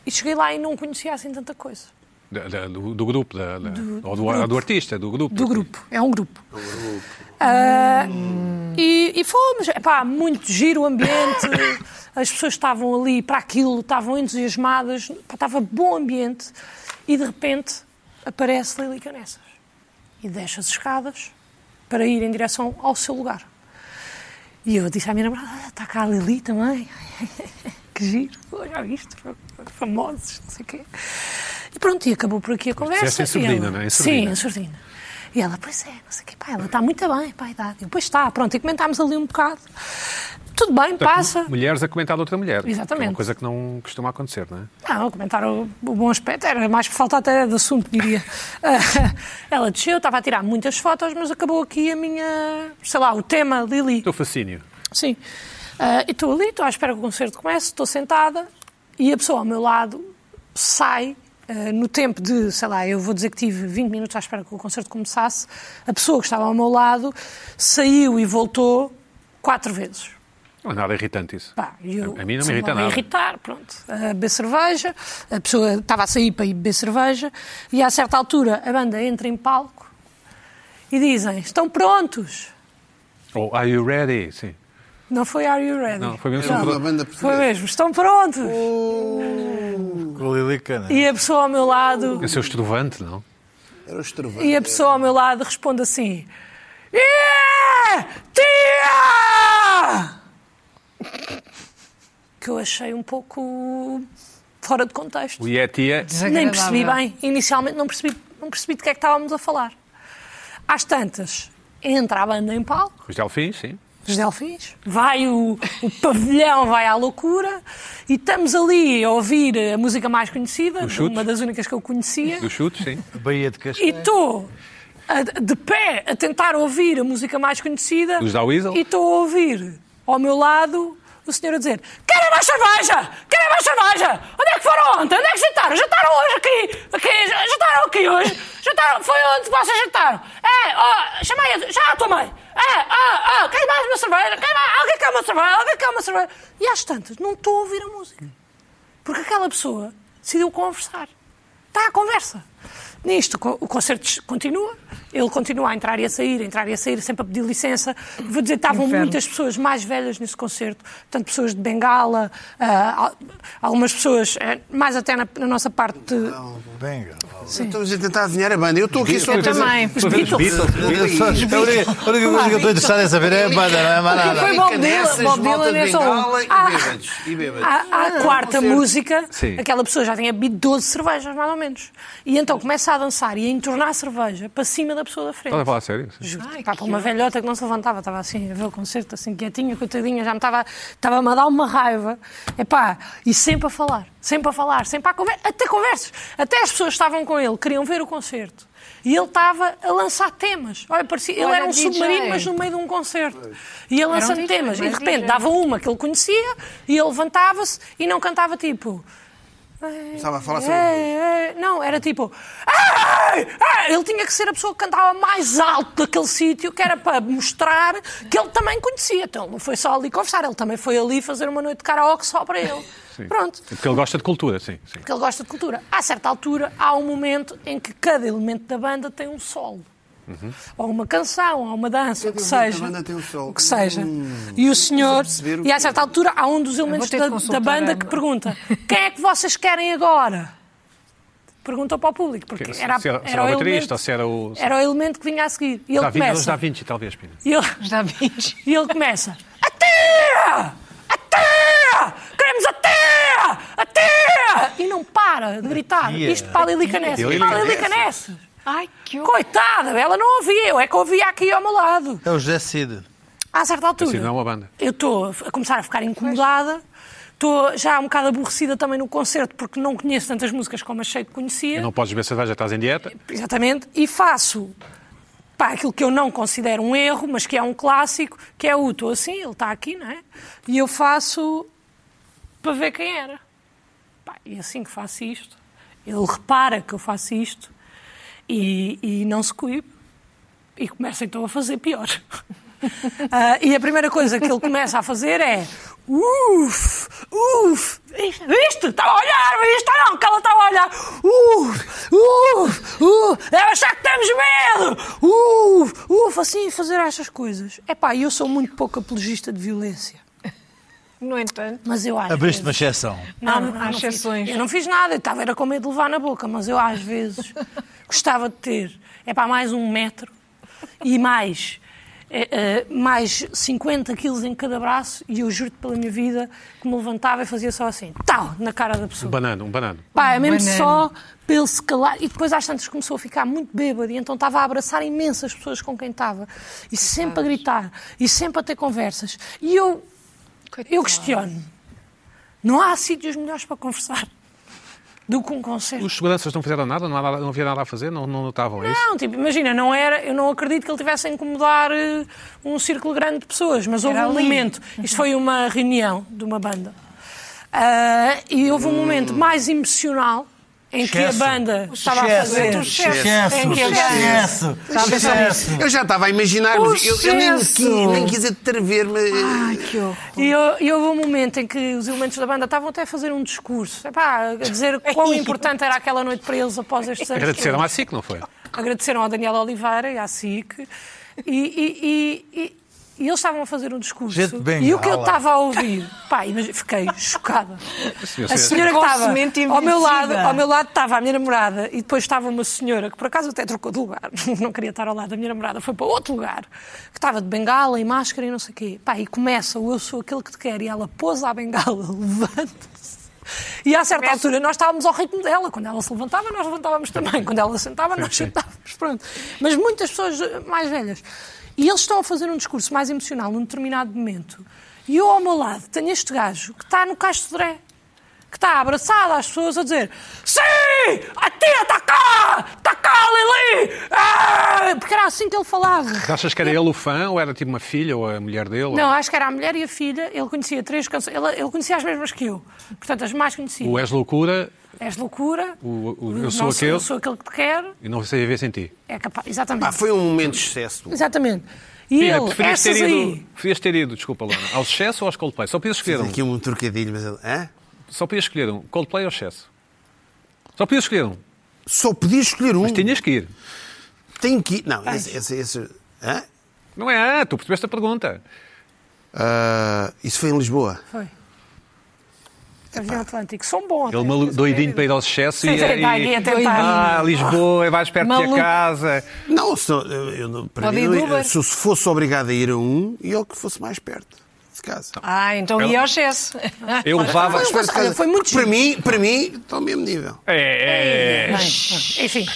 E cheguei lá e não conhecia assim tanta coisa.
Da- da- do, do grupo, da, da- ou do, do artista, do grupo.
Do grupo. É um grupo. Ah, e, e fomos. Epá, muito giro o ambiente. As pessoas estavam ali para aquilo, estavam entusiasmadas. Pá, Estava bom ambiente. E de repente aparece Lili Canessas. E deixa as escadas para ir em direção ao seu lugar. E eu disse à minha namorada, "Olha, está cá a Lili também. que giro, Pô, já viste, famosos, não sei o quê. E pronto, e acabou por aqui a
disseste
conversa.
em
E
Sordina,
ela-
não é? Em
Sim,
Sordina.
em Sordina. E ela, pois é, não sei o quê, pá, ela está muito bem para a idade. Eu, pois está, pronto, e comentámos ali um bocado. Tudo bem,
Portanto,
passa.
Mulheres a comentar de outra mulher.
Exatamente.
É uma coisa que não costuma acontecer, não é?
Não, comentaram o bom aspecto, era mais por falta até de assunto, diria. Ah, ela desceu, estava a tirar muitas fotos, mas acabou aqui a minha, sei lá, o tema Lili.
O teu fascínio.
Sim. Ah, e estou ali, estou à espera que o concerto comece, estou sentada e a pessoa ao meu lado sai ah, no tempo de, sei lá, eu vou dizer que tive 20 minutos à espera que o concerto começasse, a pessoa que estava ao meu lado saiu e voltou quatro vezes.
Não é nada irritante isso.
Pá, e eu
A- a mim não me
decidi
irrita
logo a
nada.
irritar, pronto. A beber cerveja, a pessoa estava a sair para ir beber cerveja, e a certa altura a banda entra em palco e dizem: Estão prontos?
Ou Are You Ready? Sim.
Não foi Are You Ready?
Não, foi mesmo
Era uma
sobre-
banda
Foi
portuguesa.
mesmo, estão prontos?
Oh.
Com Lili Cana.
E a pessoa ao meu lado,
Esse é o estrovante, não?
Era o
Oh.
Estrovão.
e a pessoa ao meu lado responde assim: Yeah! Tia! Que eu achei um pouco fora de contexto.
O Yeti é...
Nem
Desagradável.
percebi bem. Inicialmente não percebi, não percebi de que é que estávamos a falar. Às tantas, entra a banda em palco,
Os delfins, sim.
os delfins, vai o, o pavilhão, vai à loucura, e estamos ali a ouvir a música mais conhecida,
chutes.
uma das únicas que eu conhecia.
Dos chutes, sim.
Bahia de
E
É.
Cascais.
estou a- de pé a tentar ouvir a música mais conhecida.
Os da Weasel?
E estou a ouvir ao meu lado o senhor a dizer: é Querem mais cerveja! Querem mais cerveja! Onde é que foram ontem? Onde é que jantaram? Jantaram hoje aqui! aqui j- jantaram aqui hoje! Jantaram, foi onde vocês jantaram? É, ó, chamei a, já a tua mãe! É, ah, ah, quem mais uma cerveja? Quem mais? Alguém quer uma cerveja? Alguém quer uma cerveja? E às tantas, não estou a ouvir a música. Porque aquela pessoa decidiu conversar. Está à conversa. Nisto, co- o concerto continua, ele continua a entrar e a sair, a entrar e a sair, sempre a pedir licença. Vou dizer, estavam
Inferno.
muitas pessoas mais velhas nesse concerto, portanto, pessoas de Bengala, ah, al- algumas pessoas, eh, mais até na, na nossa parte.
Bem, cara.
Estamos a tentar adivinhar a banda. Eu estou aqui só a
Eu
fazer-
também.
Os Beatles.
Eu só- a única a única coisa que eu estou interessado em saber é a banda, não é mais
Porque
nada.
foi Bob Dylan, Bob Dylan é só um. Ah,
E bêbados.
À, à quarta música,
Sim.
aquela pessoa já tinha bebido 12 cervejas, mais ou menos. E então começa a dançar e a entornar a cerveja para cima da pessoa da frente.
Estás a falar sério? Sim.
Juro.
Ai,
Pá,
que
para uma velhota que não se levantava, estava assim a ver o concerto, assim quietinha, coitadinha, já me estava, estava-me a dar uma raiva. Epá, e sempre a falar, sempre a falar, sempre a conversa, até conversas. Até as pessoas que estavam com ele, queriam ver o concerto. E ele estava a lançar temas. Olha, parecia, ele
Olha,
era um
DJ.
submarino, mas no meio de um concerto. E
um
ele lançando
DJ,
temas. E de
mas
repente
DJ.
dava uma que ele conhecia e ele levantava-se e não cantava tipo.
Estava a falar sobre o
É, é, não, era tipo. "Ai, ai", Ele tinha que ser a pessoa que cantava mais alto daquele sítio, que era para mostrar que ele também conhecia. Então, ele não foi só ali conversar, ele também foi ali fazer uma noite de karaoke só para ele.
Sim.
Pronto,
Porque ele gosta de cultura, sim. sim.
porque ele gosta de cultura. A certa altura, há um momento em que cada elemento da banda tem um solo.
Uhum.
Ou uma canção, ou uma dança, o que
elemento da
seja.
banda tem um solo.
O que seja. e o senhor,
perceber o é?
e a certa altura, há um dos elementos
ter de
da, da
consultar
banda
a-
que pergunta: quem é que vocês querem agora? Perguntou para o público, porque
Porque se
era,
era- se
era
era
o
o baterista,
elemento,
ou se é era o-
era o elemento que vinha a seguir. E ele
Dá 20,
começa.
dá 20, talvez, Pina.
e ele-
Já viste?
e ele começa: Atira! Atira! Queremos atira! Atira! E não para de gritar.
Atira.
Isto para a Lili Canesse.
Lili
Para a Lili
Canesse.
Canesse.
Ai, que horror.
Coitada, ela não ouvia, eu é que ouvia aqui ao meu lado.
É o José Cid.
À certa altura.
Assim não é uma banda.
Eu estou a começar a ficar incomodada. Estou já um bocado aborrecida também no concerto, porque não conheço tantas músicas como achei que conhecia.
E não podes beber cerveja, estás em dieta.
Exatamente. E faço pá, aquilo que eu não considero um erro, mas que é um clássico, que é o estou assim, ele está aqui, não é? E eu faço para ver quem era. Pá, e assim que faço isto, ele repara que eu faço isto e, e não se coíbe e começa então a fazer pior. Ah, e a primeira coisa que ele começa a fazer é uf, uf, viste? viste? Estava a olhar, viste? Ah, não, que ela estava a olhar. Uf, uf, uf, deve achar que temos medo. Uf, uf, assim fazer estas coisas. Epá, eu sou muito pouco apologista de violência.
No entanto,
Mas eu acho.
Abriste uma exceção.
Há-
Não, não,
há
não fiz.
exceções.
Eu não fiz nada, eu estava era com medo de levar na boca, mas eu às vezes gostava de ter, é para mais um metro e mais, eh, eh, mais 50 quilos em cada braço e eu juro-te pela minha vida que me levantava e fazia só assim, tal, na cara da pessoa.
Um banano, um banano.
Pá, é mesmo
Banana.
só para ele se calar. E depois às tantas começou a ficar muito bêbado e então estava a abraçar imensas pessoas com quem estava. E sempre a gritar, e sempre a ter conversas. E eu, eu questiono. Não há sítios melhores para conversar do que um concerto.
Os seguranças não fizeram nada, não, há nada- não havia nada a fazer, não, não notavam isso.
Não, tipo, imagina, não era, eu não acredito que ele tivesse a incomodar eh, um círculo grande de pessoas, mas houve um
ali.
momento, isto foi uma reunião de uma banda, Ah, e houve um momento mais emocional em que a
Excesso.
banda estava a fazer. um
Excesso.
Em que a um banda-
Excesso.
Excesso. Eu já estava a imaginar, mas eu, eu nem,
Excesso.
quis, nem quis atrever-me.
Ah.
que horror.
E, eu- e houve um momento em que os elementos da banda estavam até a fazer um discurso, epá, a dizer quão importante era aquela noite para eles após estes anos.
Agradeceram
todos.
à SIC, não foi?
agradeceram ao Daniel Oliveira e à SIC e, e- e- e- e eles estavam a fazer um discurso
Gente bem
e o que eu
gala.
estava a ouvir pá, imagi- fiquei chocada
senhora-
a senhora que
Precocemente
estava ao meu lado
envelhecida.
ao meu lado estava a minha namorada e depois estava uma senhora que por acaso até trocou de lugar não queria estar ao lado da minha namorada foi para outro lugar que estava de bengala e máscara e não sei o quê pá, e começa o eu sou aquele que te quer e ela pôs a bengala levanta-se E a certa altura nós estávamos ao ritmo dela. Quando ela se levantava, nós levantávamos também. Quando ela sentava, nós sentávamos. Pronto. Mas muitas pessoas mais velhas. E eles estão a fazer um discurso mais emocional num determinado momento. E eu ao meu lado tenho este gajo que está no Castro Dré. Que está abraçado às pessoas a dizer Sim! A tia está cá! Está cá, Lili! Ah!" Porque era assim que ele falava.
Achas que era ele o fã ou era tipo uma filha ou a mulher dele?
Não, acho que era a mulher e a filha. Ele conhecia três canções. Ele, ele conhecia as mesmas que eu. Portanto, as mais conhecidas.
O És Loucura
És loucura.
O- o- eu
não
sou aquele.
Eu sou aquele que te quero.
e Não Sei Viver Sem Ti.
É capaz. Exatamente.
Ah,
Pá, foi um momento de excesso.
Exatamente. E
Pina,
ele,
é, preferias
essas
ter
aí.
ido, preferias ter ido, desculpa, Lona, ao excesso ou aos Coldplay? Só podias escolher um.
Aqui um trocadilho, mas... ele- Hã?
Só podias escolher um. Coldplay ou excesso? Só podias escolher um.
Só podia escolher um.
Mas tinhas que ir.
Tem que ir. Não, esse... esse, esse- hã?
Não é? Ah, tu percebeste a pergunta.
Ah, isso foi em Lisboa.
Foi. Avião Atlântico. um São bons.
Ele malu- doidinho para ir ao excesso e, é-
Sim, sim, vai
e-
aqui a tentar.
Ah, Lisboa, é mais perto da
Maluco.
minha casa.
Não, se, não- eu, eu não- para
Pode
mim,
ir
não-
de Uber.
se eu fosse obrigado a ir a um, e ao que fosse mais perto, se caso.
Tá.
Ah, então
Ela-
ia ao excesso.
Eu levava.
Mas, se calhar,
olha, foi muito
para mim, para mim, está ao mesmo nível.
É, é, é.
Enfim,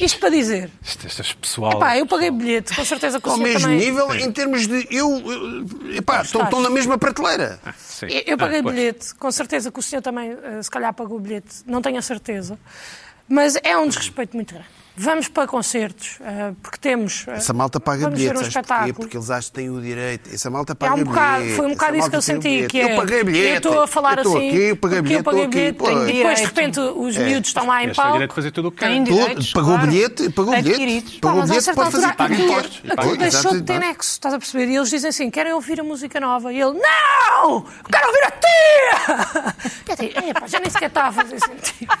isto para dizer.
Isto, isto é pessoal.
Pá, eu paguei bilhete, com certeza que o
Ao
senhor
mesmo
também.
nível, em termos de. Eu. eu- Epá, estão, estão na mesma prateleira.
Sim.
Eu, eu paguei
Ah, pois.
bilhete, com certeza que o senhor também, eh, se calhar, pagou o bilhete, não tenho a certeza. Mas é um desrespeito muito grande. Vamos para concertos, eh, porque temos. eh,
Essa malta paga
vamos
bilhetes,
ver um
sabes porquê?
espetáculo.
Porque eles acham que têm o direito. Essa malta
É
paga
um bocado,
bilhete.
foi um bocado
Essa
isso que eu
malta tem o
senti.
bilhete.
Que é,
Eu paguei bilhete.
Eu estou a falar
eu estou
assim.
Aqui, eu paguei
porque
bilhete.
eu paguei
estou
bilhete,
aqui,
tenho-
pois.
depois de repente
Direito.
os miúdos estão lá em
Este é o
palco.
direito de fazer tudo o que
Tem
quer.
direito.
Todo-
Direitos,
pagou o
claro.
bilhete, pagou o
Adquiridos.
bilhete,
Pá,
pagou o
mas a
bilhete,
certa
pode
altura
fazer
paga
aquilo-
impostos. E paga
aquilo
impostos.
deixou é de ter
Exato.
nexo, estás a perceber? E eles dizem assim: querem ouvir a música nova. E ele: não! Quero ouvir a tia! Eu digo, "Epá, já nem sequer está a fazer sentido.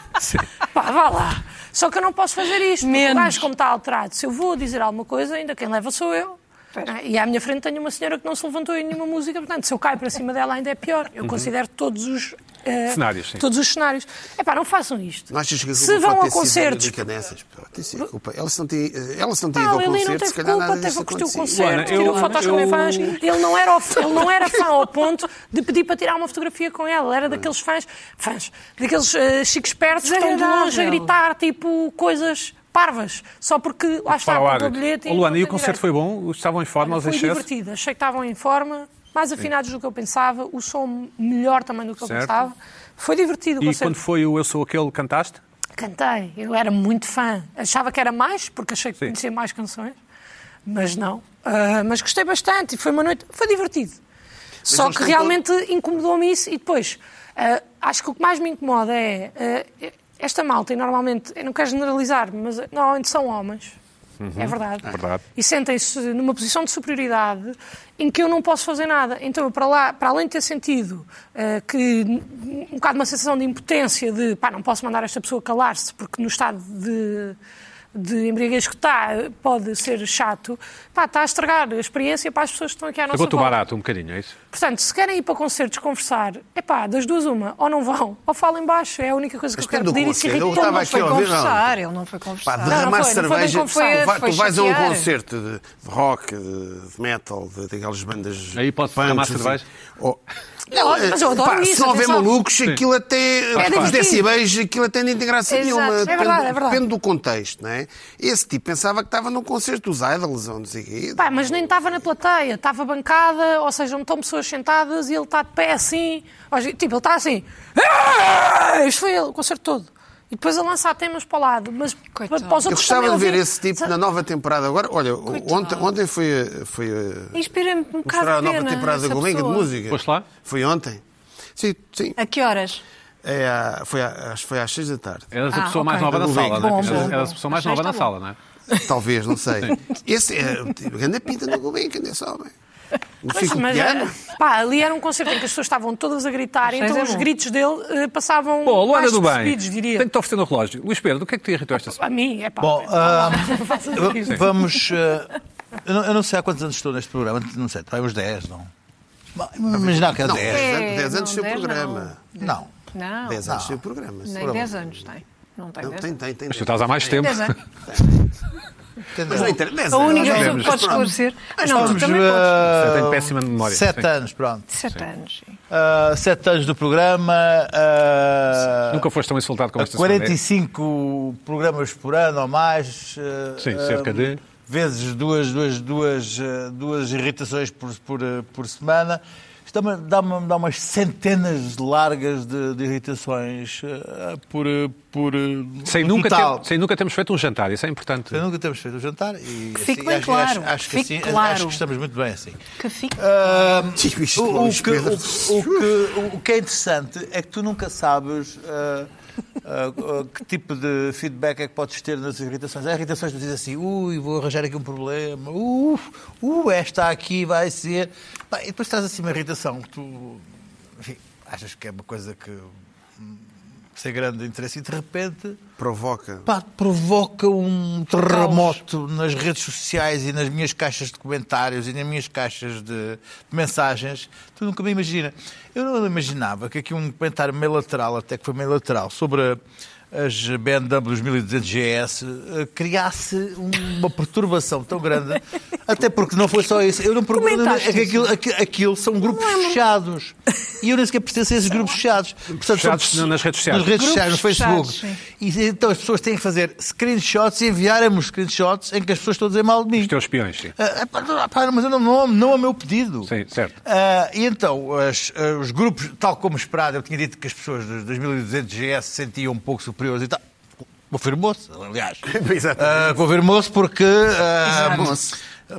Pá, vá lá. Só que eu não posso fazer isto. porque
Menos.
O gajo, como está alterado, se eu vou dizer alguma coisa, ainda quem leva sou eu. não é? E à minha frente tenho uma senhora que não se levantou em nenhuma música, portanto, se eu caio para cima dela ainda é pior.
Uhum.
Eu considero todos os. eh,
Cenários, sim.
Todos os cenários. É pá, não façam isto.
Não achas que a
Se
culpa
vão
pode
a
ter sido
concertos.
da Dica Dessas? Pá, tem sido culpa. Elas não têm, eh, elas não têm ido
Não,
ao
ele não
concerto,
teve
se calhar
culpa,
nada
teve
disto
que curtir o
acontecia.
Ana,
concerto,
eu-
tirou fotos
eu-
com fãs. Ele não, era, of- ele não era fã ao ponto de pedir para tirar uma fotografia com ela. Era daqueles fãs, fãs, daqueles eh, chiques espertos que estão de longe a
Desagradável.
gritar, tipo, coisas parvas. Só porque lá
Fala
está, pagou o
árbitro.
bilhete.
Ô, Luana,
não
e o
tem
concerto
direito.
foi bom? Estavam em forma, aos
Foi
excessos?
divertido. Achei que estavam em forma, mais afinados do que eu pensava, o som melhor também do que eu
Certo.
pensava. Foi divertido o
E
concerto.
quando foi o Eu Sou Aquele, cantaste?
Cantei, eu era muito fã. Achava que era mais, porque achei que
Sim.
conhecia mais canções, mas não. Ah, mas gostei bastante e foi uma noite, foi divertido. Só
eles
que
estão
realmente incomodou-me isso e depois, ah, acho que o que mais me incomoda é ah, esta malta, e normalmente, eu não quero generalizar, mas normalmente são homens. É verdade.
Verdade.
E sentem-se numa posição de superioridade em que eu não posso fazer nada. Então, eu, para, lá, para além de ter sentido eh, que um um bocado uma sensação de impotência, de pá, não posso mandar esta pessoa calar-se porque no estado de, de embriaguez que está eh, pode ser chato, pá, está a estragar a experiência para as pessoas que estão aqui à nossa
Pagou-te o
volta.
barato um bocadinho, é isso?
Portanto, se querem ir para concertos conversar, é pá, das duas uma, ou não vão, ou falem baixo, é a única coisa
Mas
que eu
depende
quero
do
pedir e se
concerto. Eu estava
irritam-me.
Não
aqui
foi
a ouvir, não.
conversar, ele não foi
Pá,
conversar.
não
derramar
Ah, foi, não foi bem
cerveja.
conversar.
Tu vai-
Foi
tu vais a um
chatear.
concerto de, de rock, de, de metal, de, daquelas bandas.
Aí pode
punks,
derramar
assim.
cerveja?
Oh.
Não, mas eu adoro
Pá,
isso,
Se não houver
atenção. É
malucos, aquilo até. os
divertido.
decibéis, aquilo até nem tem graça
Exato,
nenhuma.
é
Depende-
verdade, é verdade.
Depende do contexto, não é? Esse tipo pensava que estava num concerto dos Idols ou não sei o quê.
Pá, mas nem estava na plateia, estava bancada, ou seja, não estão pessoas sentadas e ele está de pé assim. Ou seja, Tipo, ele está assim. "Ah!" Isto foi ele, o concerto todo. E depois a lançar temas para o lado. Mas
Coitado.
para os outros
Eu gostava
também
de ver
ouvir.
esse tipo na nova temporada agora. Olha, ontem, ontem foi, a- foi a-
Inspira-me É um
mostrar a
bocado de
nova
pena
temporada da
essa
Golenga de
pessoa.
música.
Foste lá?
Foi ontem. Sim, sim.
A que horas?
É à- foi, à- acho que foi às seis da tarde.
Eras a
Ah,
pessoa mais
ok.
nova da
Bom,
sala,
bom,
não é? Eras-
bom.
Eras a pessoa mais
Achei
nova na
que está
sala, não é?
Talvez, não sei. Esse é tipo, grande pinta no Gulbenkian, nesse homem. No
Pois,
ciclo
mas,
é.
piano.
eh, pá, ali era um concerto em que as pessoas estavam todas a gritar,
Mas
então
é
os
bom.
gritos dele eh, passavam
Bom, Luana
mais
do Bem,
despercebidos, diria.
tenho que te oferecer no relógio. Luís Pedro, o que é que te irritou esta semana?
A mim, é pá.
Bom,
eh,
ah,
faças
v-
isto.
vamos. ah, eu, não, eu não sei há quantos anos estou neste programa, não sei, vai uns 10, não. Imaginar que é
Não,
10.
10 anos
não,
sem
dez não.
programa.
Não.
Não,
10 anos sem programa.
nem 10 anos tem. Não tem
Não,
dez
tem, tem, tem.
Mas tu estás há mais tempo.
Dez anos.
Mas na internet.
A única pessoa que pode esclarecer. Ah, não, tu
Estamos,
também podes.
ah,
Eu tenho péssima memória.
Sete
eh, Sim.
anos, pronto.
Sete anos. sim.
Ah, sete anos do programa. ah,
Nunca foste tão insultado como esta semana. é?
45 programas por ano ou mais. eh,
Sim,
eh,
cerca de-
Vezes duas, duas, duas, eh, duas irritações por, por, eh, por semana. Isto dá-me dá -me, dá umas centenas largas de, de irritações eh, por, eh, por eh,
Sem
no
nunca,
total.
ter- sem nunca termos feito um jantar, isso é importante.
Nunca temos feito o jantar e assim,
fique bem
acho,
claro,
acho, acho que
fique
assim,
claro.
acho que estamos muito bem assim.
Que fique.
Ahm,
Sim, isto é
o, o
longe,
que,
Pedro.
o- o que- o que é interessante é que tu nunca sabes ah, ah, ah, que tipo de feedback é que podes ter nas irritações. Há irritações que dizem assim, ui, vou arranjar aqui um problema, uh, uh, esta aqui vai ser. Pá, e depois traz assim uma irritação que tu enfim, achas que é uma coisa que hum, sem grande interesse e de repente
Provoca.
pá, provoca um terremoto nas redes sociais e nas minhas caixas de comentários e nas minhas caixas de mensagens. Tu nunca me imagina. Eu não imaginava que aqui um comentário meio lateral, até que foi meio lateral, sobre a- as BMW 1200 GS eh, criasse uma perturbação tão grande. Até porque não foi só isso. Eu não pergunto.
Comentaste
É que aquilo, aqui- aquilo são grupos fechados. E eu nem sequer pertenço a esses grupos fechados. Portanto, são
fechados
pessoas-
nas redes sociais.
Nas redes sociais, no
Grupos fechados,
Facebook.
sim.
E então as pessoas têm que fazer screenshots e enviarem-me os screenshots em que as pessoas estão a dizer mal de mim.
Os teus peões, sim.
Ah, pá, não, pá, mas eu não, não, não é o meu pedido.
Sim, certo.
Ah, e então, as- ah, os grupos, tal como esperado, eu tinha dito que as pessoas dos 2200 GS se sentiam um pouco superiores e tal. Confirmou-se, aliás.
Exatamente.
Ah, Confirmou-se porque. ah,
Confirmou-se.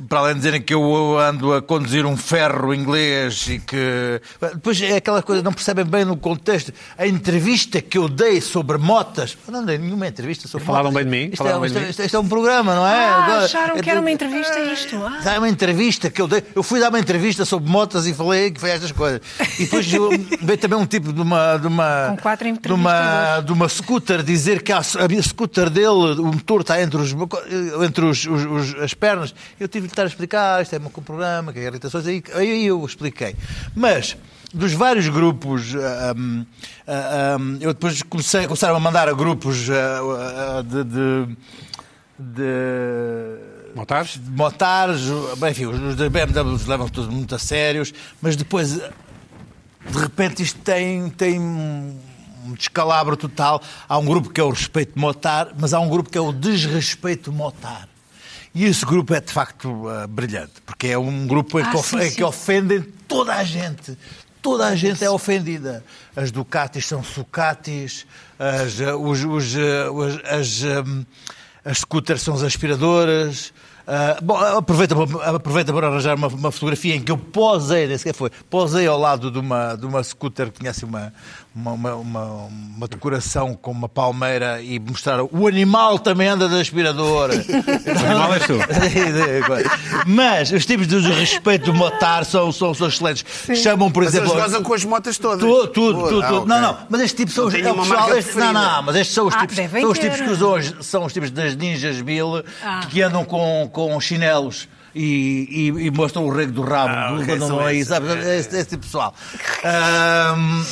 para além de dizerem que eu ando a conduzir um ferro inglês e que. Depois é aquela coisa, não percebem bem no contexto. A entrevista que eu dei sobre motas. Eu Não dei nenhuma entrevista sobre
Falaram
motas.
bem de mim,
Isto,
falaram
é,
bem
isto,
de mim.
é- isto é- isto é um programa, não é?
Ah,
Agora-
acharam que era uma
eu-
entrevista isto. Ah.
Dá uma entrevista que eu dei. Eu fui dar uma entrevista sobre motas e falei que foi estas coisas. E depois eu- veio também um tipo de uma. De uma
Com quatro
de uma,
entrevistadores.
de uma scooter dizer que a, a scooter dele, o motor está entre, os, entre os, os- os- as pernas. Eu tive de estar a explicar, isto é um programa, que é irritações. Aí, aí eu expliquei. Mas. Dos vários grupos, ah, hum, ah, hum, eu depois comecei, começaram a mandar a grupos ah, ah, de- de- de
Montares?
de motares, bem, enfim, os os da BMW levam tudo muito a sérios, mas depois, de repente, isto tem, tem um um descalabro total. Há um grupo que é o respeito motar, mas há um grupo que é o desrespeito motar. E esse grupo é, de facto, ah, brilhante, porque é um grupo em
Ah,
que, of-
sim,
em
sim.
que ofendem toda a gente. Toda a gente é ofendida. As Ducatis são sucatis, as, eh, os, os, eh, os- as, hum, as scooters são as aspiradoras. Ah, bom, aproveita, para- aproveita para arranjar uma, uma fotografia em que eu posei, nem sequer foi, posei ao lado de uma, de uma scooter que tinha assim uma, uma, uma, uma, uma decoração com uma palmeira e mostrar o animal também anda da aspiradora.
O animal és tu.
Mas os tipos de respeito do motar são, são, são excelentes. Chamam, por
Mas eles
exemplo.
gozam com as motas todas.
Tudo, tudo,
Boa.
tudo.
Ah,
tudo.
ok.
Não, não, mas este tipo são
Não
os.
tem
é o
nenhuma
pessoal,
marca
este- não,
preferida.
não, mas estes são os
Ah,
tipos.
devem
São os
ter.
tipos que usam, as- são os tipos das ninjas Bill
Ah.
que andam com, com chinelos e, e- e mostram o rego do rabo.
Ah,
do,
ok,
andam
são
aí,
esses. é,
sabe? Esse, esse tipo de pessoal. Ahm,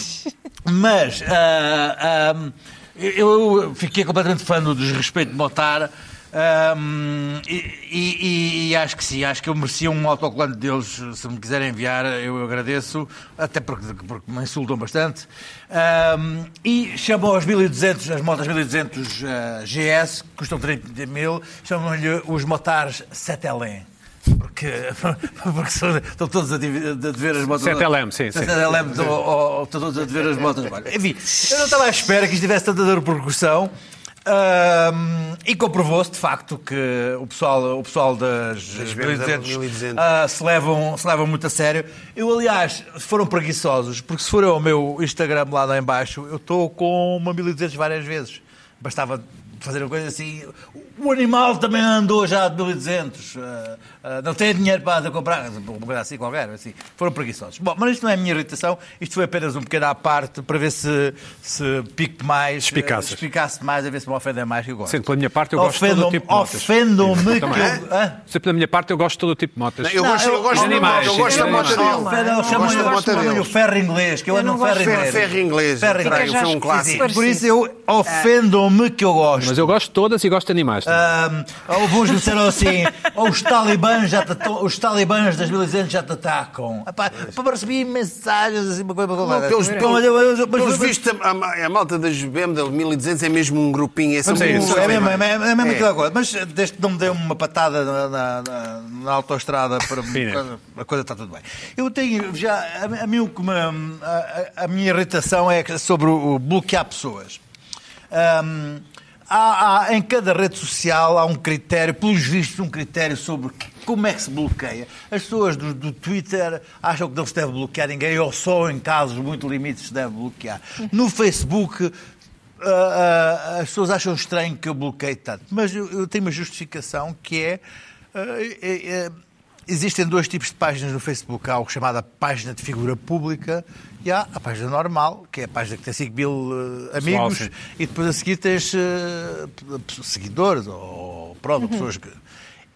mas ah, ahm, eu eu fiquei completamente fã do desrespeito de Motar. ahm, e, e- e acho que sim, acho que eu merecia um autocolante deles. Se me quiserem enviar, eu agradeço, até porque, porque me insultam bastante. Ahm, e chamam as 1200, as motas 1200 ah, GS, que custam 30 mil, chamam-lhe os motares Setelém. Porque, porque são- estão todos a div- a dever as motas.
Setelém, sim, sim.
Ela é muito- ó, ó, Estou todos a dever as motas. Olha, Enfim, eu não estava à espera que isto tivesse tanta repercussão. Ahm, e comprovou-se de facto que o pessoal, o pessoal das,
Das
1200,
1200.
ah, se, levam, se levam muito a sério. Eu, aliás, foram preguiçosos, porque se forem ao meu Instagram lá, lá em baixo, eu estou com uma 1200 várias vezes. Bastava fazer uma coisa assim. O animal também andou já de 1200. ah, ah, não tem dinheiro para comprar. Uma coisa assim qualquer. Assim. Foram preguiçosos. Bom, mas isto não é a minha irritação. Isto foi apenas um pequeno à parte para ver se, se pique mais.
Espicaças.
eh, espicasse mais, a ver se me ofendem mais que eu gosto.
Sendo pela minha parte, eu gosto de todo o
Ofendam-me-
tipo de motas.
Ofendam-me que
Também.
eu. Hã?
Sendo pela minha parte, eu gosto de todo o tipo de motas.
Eu gosto, eu gosto, da,
animais,
eu gosto da
animais.
moto
Oh,
dele.
Ferro,
Ferro,
não,
gosto da
chamam-lhe
bota
chamam-lhe o
deles.
ferro inglês, que eu
Eu
ando
não
ferro
gosto de
Ferro,
inglês.
ferro inglês.
Ferro
Pá,
inglês.
já
Foi um
esquisito.
clássico.
Parecido.
Por isso eu ofendo-me que eu gosto.
Mas eu gosto de todas e gosto de animais. também.
Ahm, houve uns que disseram assim: "Oh, os talibãs, já te, to- os talibãs das 1200 já te atacam. Epá, pá, recebi mensagens assim, uma coisa. uma coisa.
pelos-
Mas-
pelos-
mas- mas- mas-
Pelos
mas-
vistos, a, a- a malta das BMW 1200 é mesmo um grupinho. É, só
Vamos a
um-
isso.
É mesmo, é mesmo, é mesmo
É.
aquela coisa. Mas desde que não me deu uma patada na, na, na- na autoestrada para
Sim.
a coisa está tudo bem. Eu tenho já. A, a mim o que me- a- a- a minha irritação é sobre o, o bloquear pessoas. Ahm, há- há- em cada rede social há um critério, pelos vistos, um critério sobre que- como é que se bloqueia. As pessoas do, do Twitter acham que não se deve bloquear ninguém ou só em casos muito limites se deve bloquear. No Facebook ah, ah, as pessoas acham estranho que eu bloqueie tanto, mas eu, eu tenho uma justificação que é, ah, é- é- existem dois tipos de páginas no Facebook. Há o chamado a página de figura pública e há a página normal, que é a página que tem 5 mil ah, amigos
sim.
e depois a seguir tens ah, p- seguidores ou pronto, pessoas que...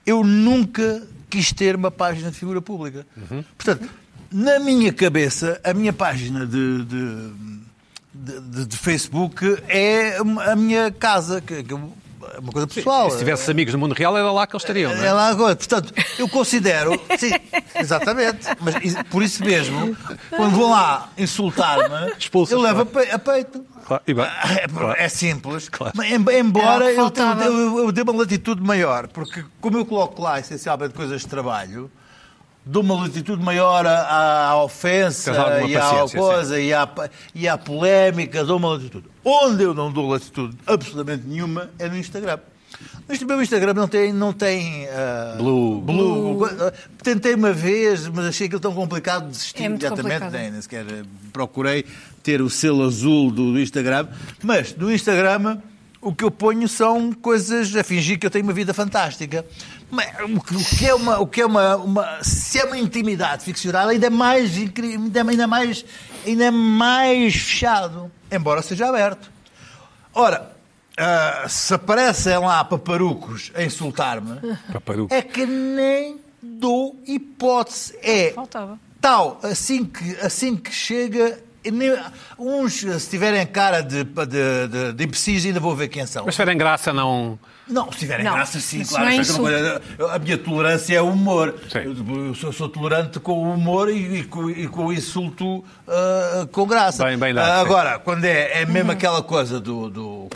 Eu nunca quis ter uma página de figura pública.
Uhum.
Portanto, na minha cabeça, a minha página de... de de, de- de Facebook é a minha casa, que, que é uma coisa pessoal.
Se tivesse amigos do mundo real, era lá que eles estariam, não é?
É lá agora. Portanto, eu considero. Sim, exatamente. Mas is- por isso mesmo, quando vão lá insultar-me,
Expulsas,
eu levo a pe- a peito.
Claro, e bem.
É,
Claro.
é simples.
Claro.
Mas em- Embora
Era É o que
eu, te-
faltava.
eu, eu dê uma latitude maior, porque como eu coloco lá essencialmente coisas de trabalho, dou uma latitude maior à, à ofensa
Tens alguma
e à
paciência,
coisa e à, pa- e à polémica, dou uma latitude. Onde eu não dou latitude absolutamente nenhuma é no Instagram. Mas o meu Instagram não tem. Não tem ah,
Blue.
blue. Ah, Tentei uma vez, mas achei aquilo tão complicado de desistir
É muito
imediatamente.
complicado.
Nem, nem sequer eh, procurei ter o selo azul do, do Instagram, mas do Instagram o que eu ponho são coisas a fingir que eu tenho uma vida fantástica. Mas o que, o que é uma, o que é uma, uma- se é uma intimidade ficcional ainda é mais incri- ainda, é- ainda é mais ainda é mais fechado, embora seja aberto. Ora, ah, se aparecem lá paparucos a insultar-me,
Paparuco.
é que nem dou hipótese. É
Faltava.
tal, assim que, assim que chega. nem- uns, se tiverem cara de, de, de, de imbecis, ainda vou ver quem são.
Mas se tiverem graça, não.
Não, se tiverem
Não,
graça, sim,
isso
claro.
não é
isso é uma coisa- a minha tolerância é o humor.
Sim.
Eu, eu sou, sou tolerante com o humor e, e com, e com o insulto ah, com graça.
Bem, bem dado,
Ah,
sim.
agora, quando é, é
Uhum.
mesmo aquela coisa do. do,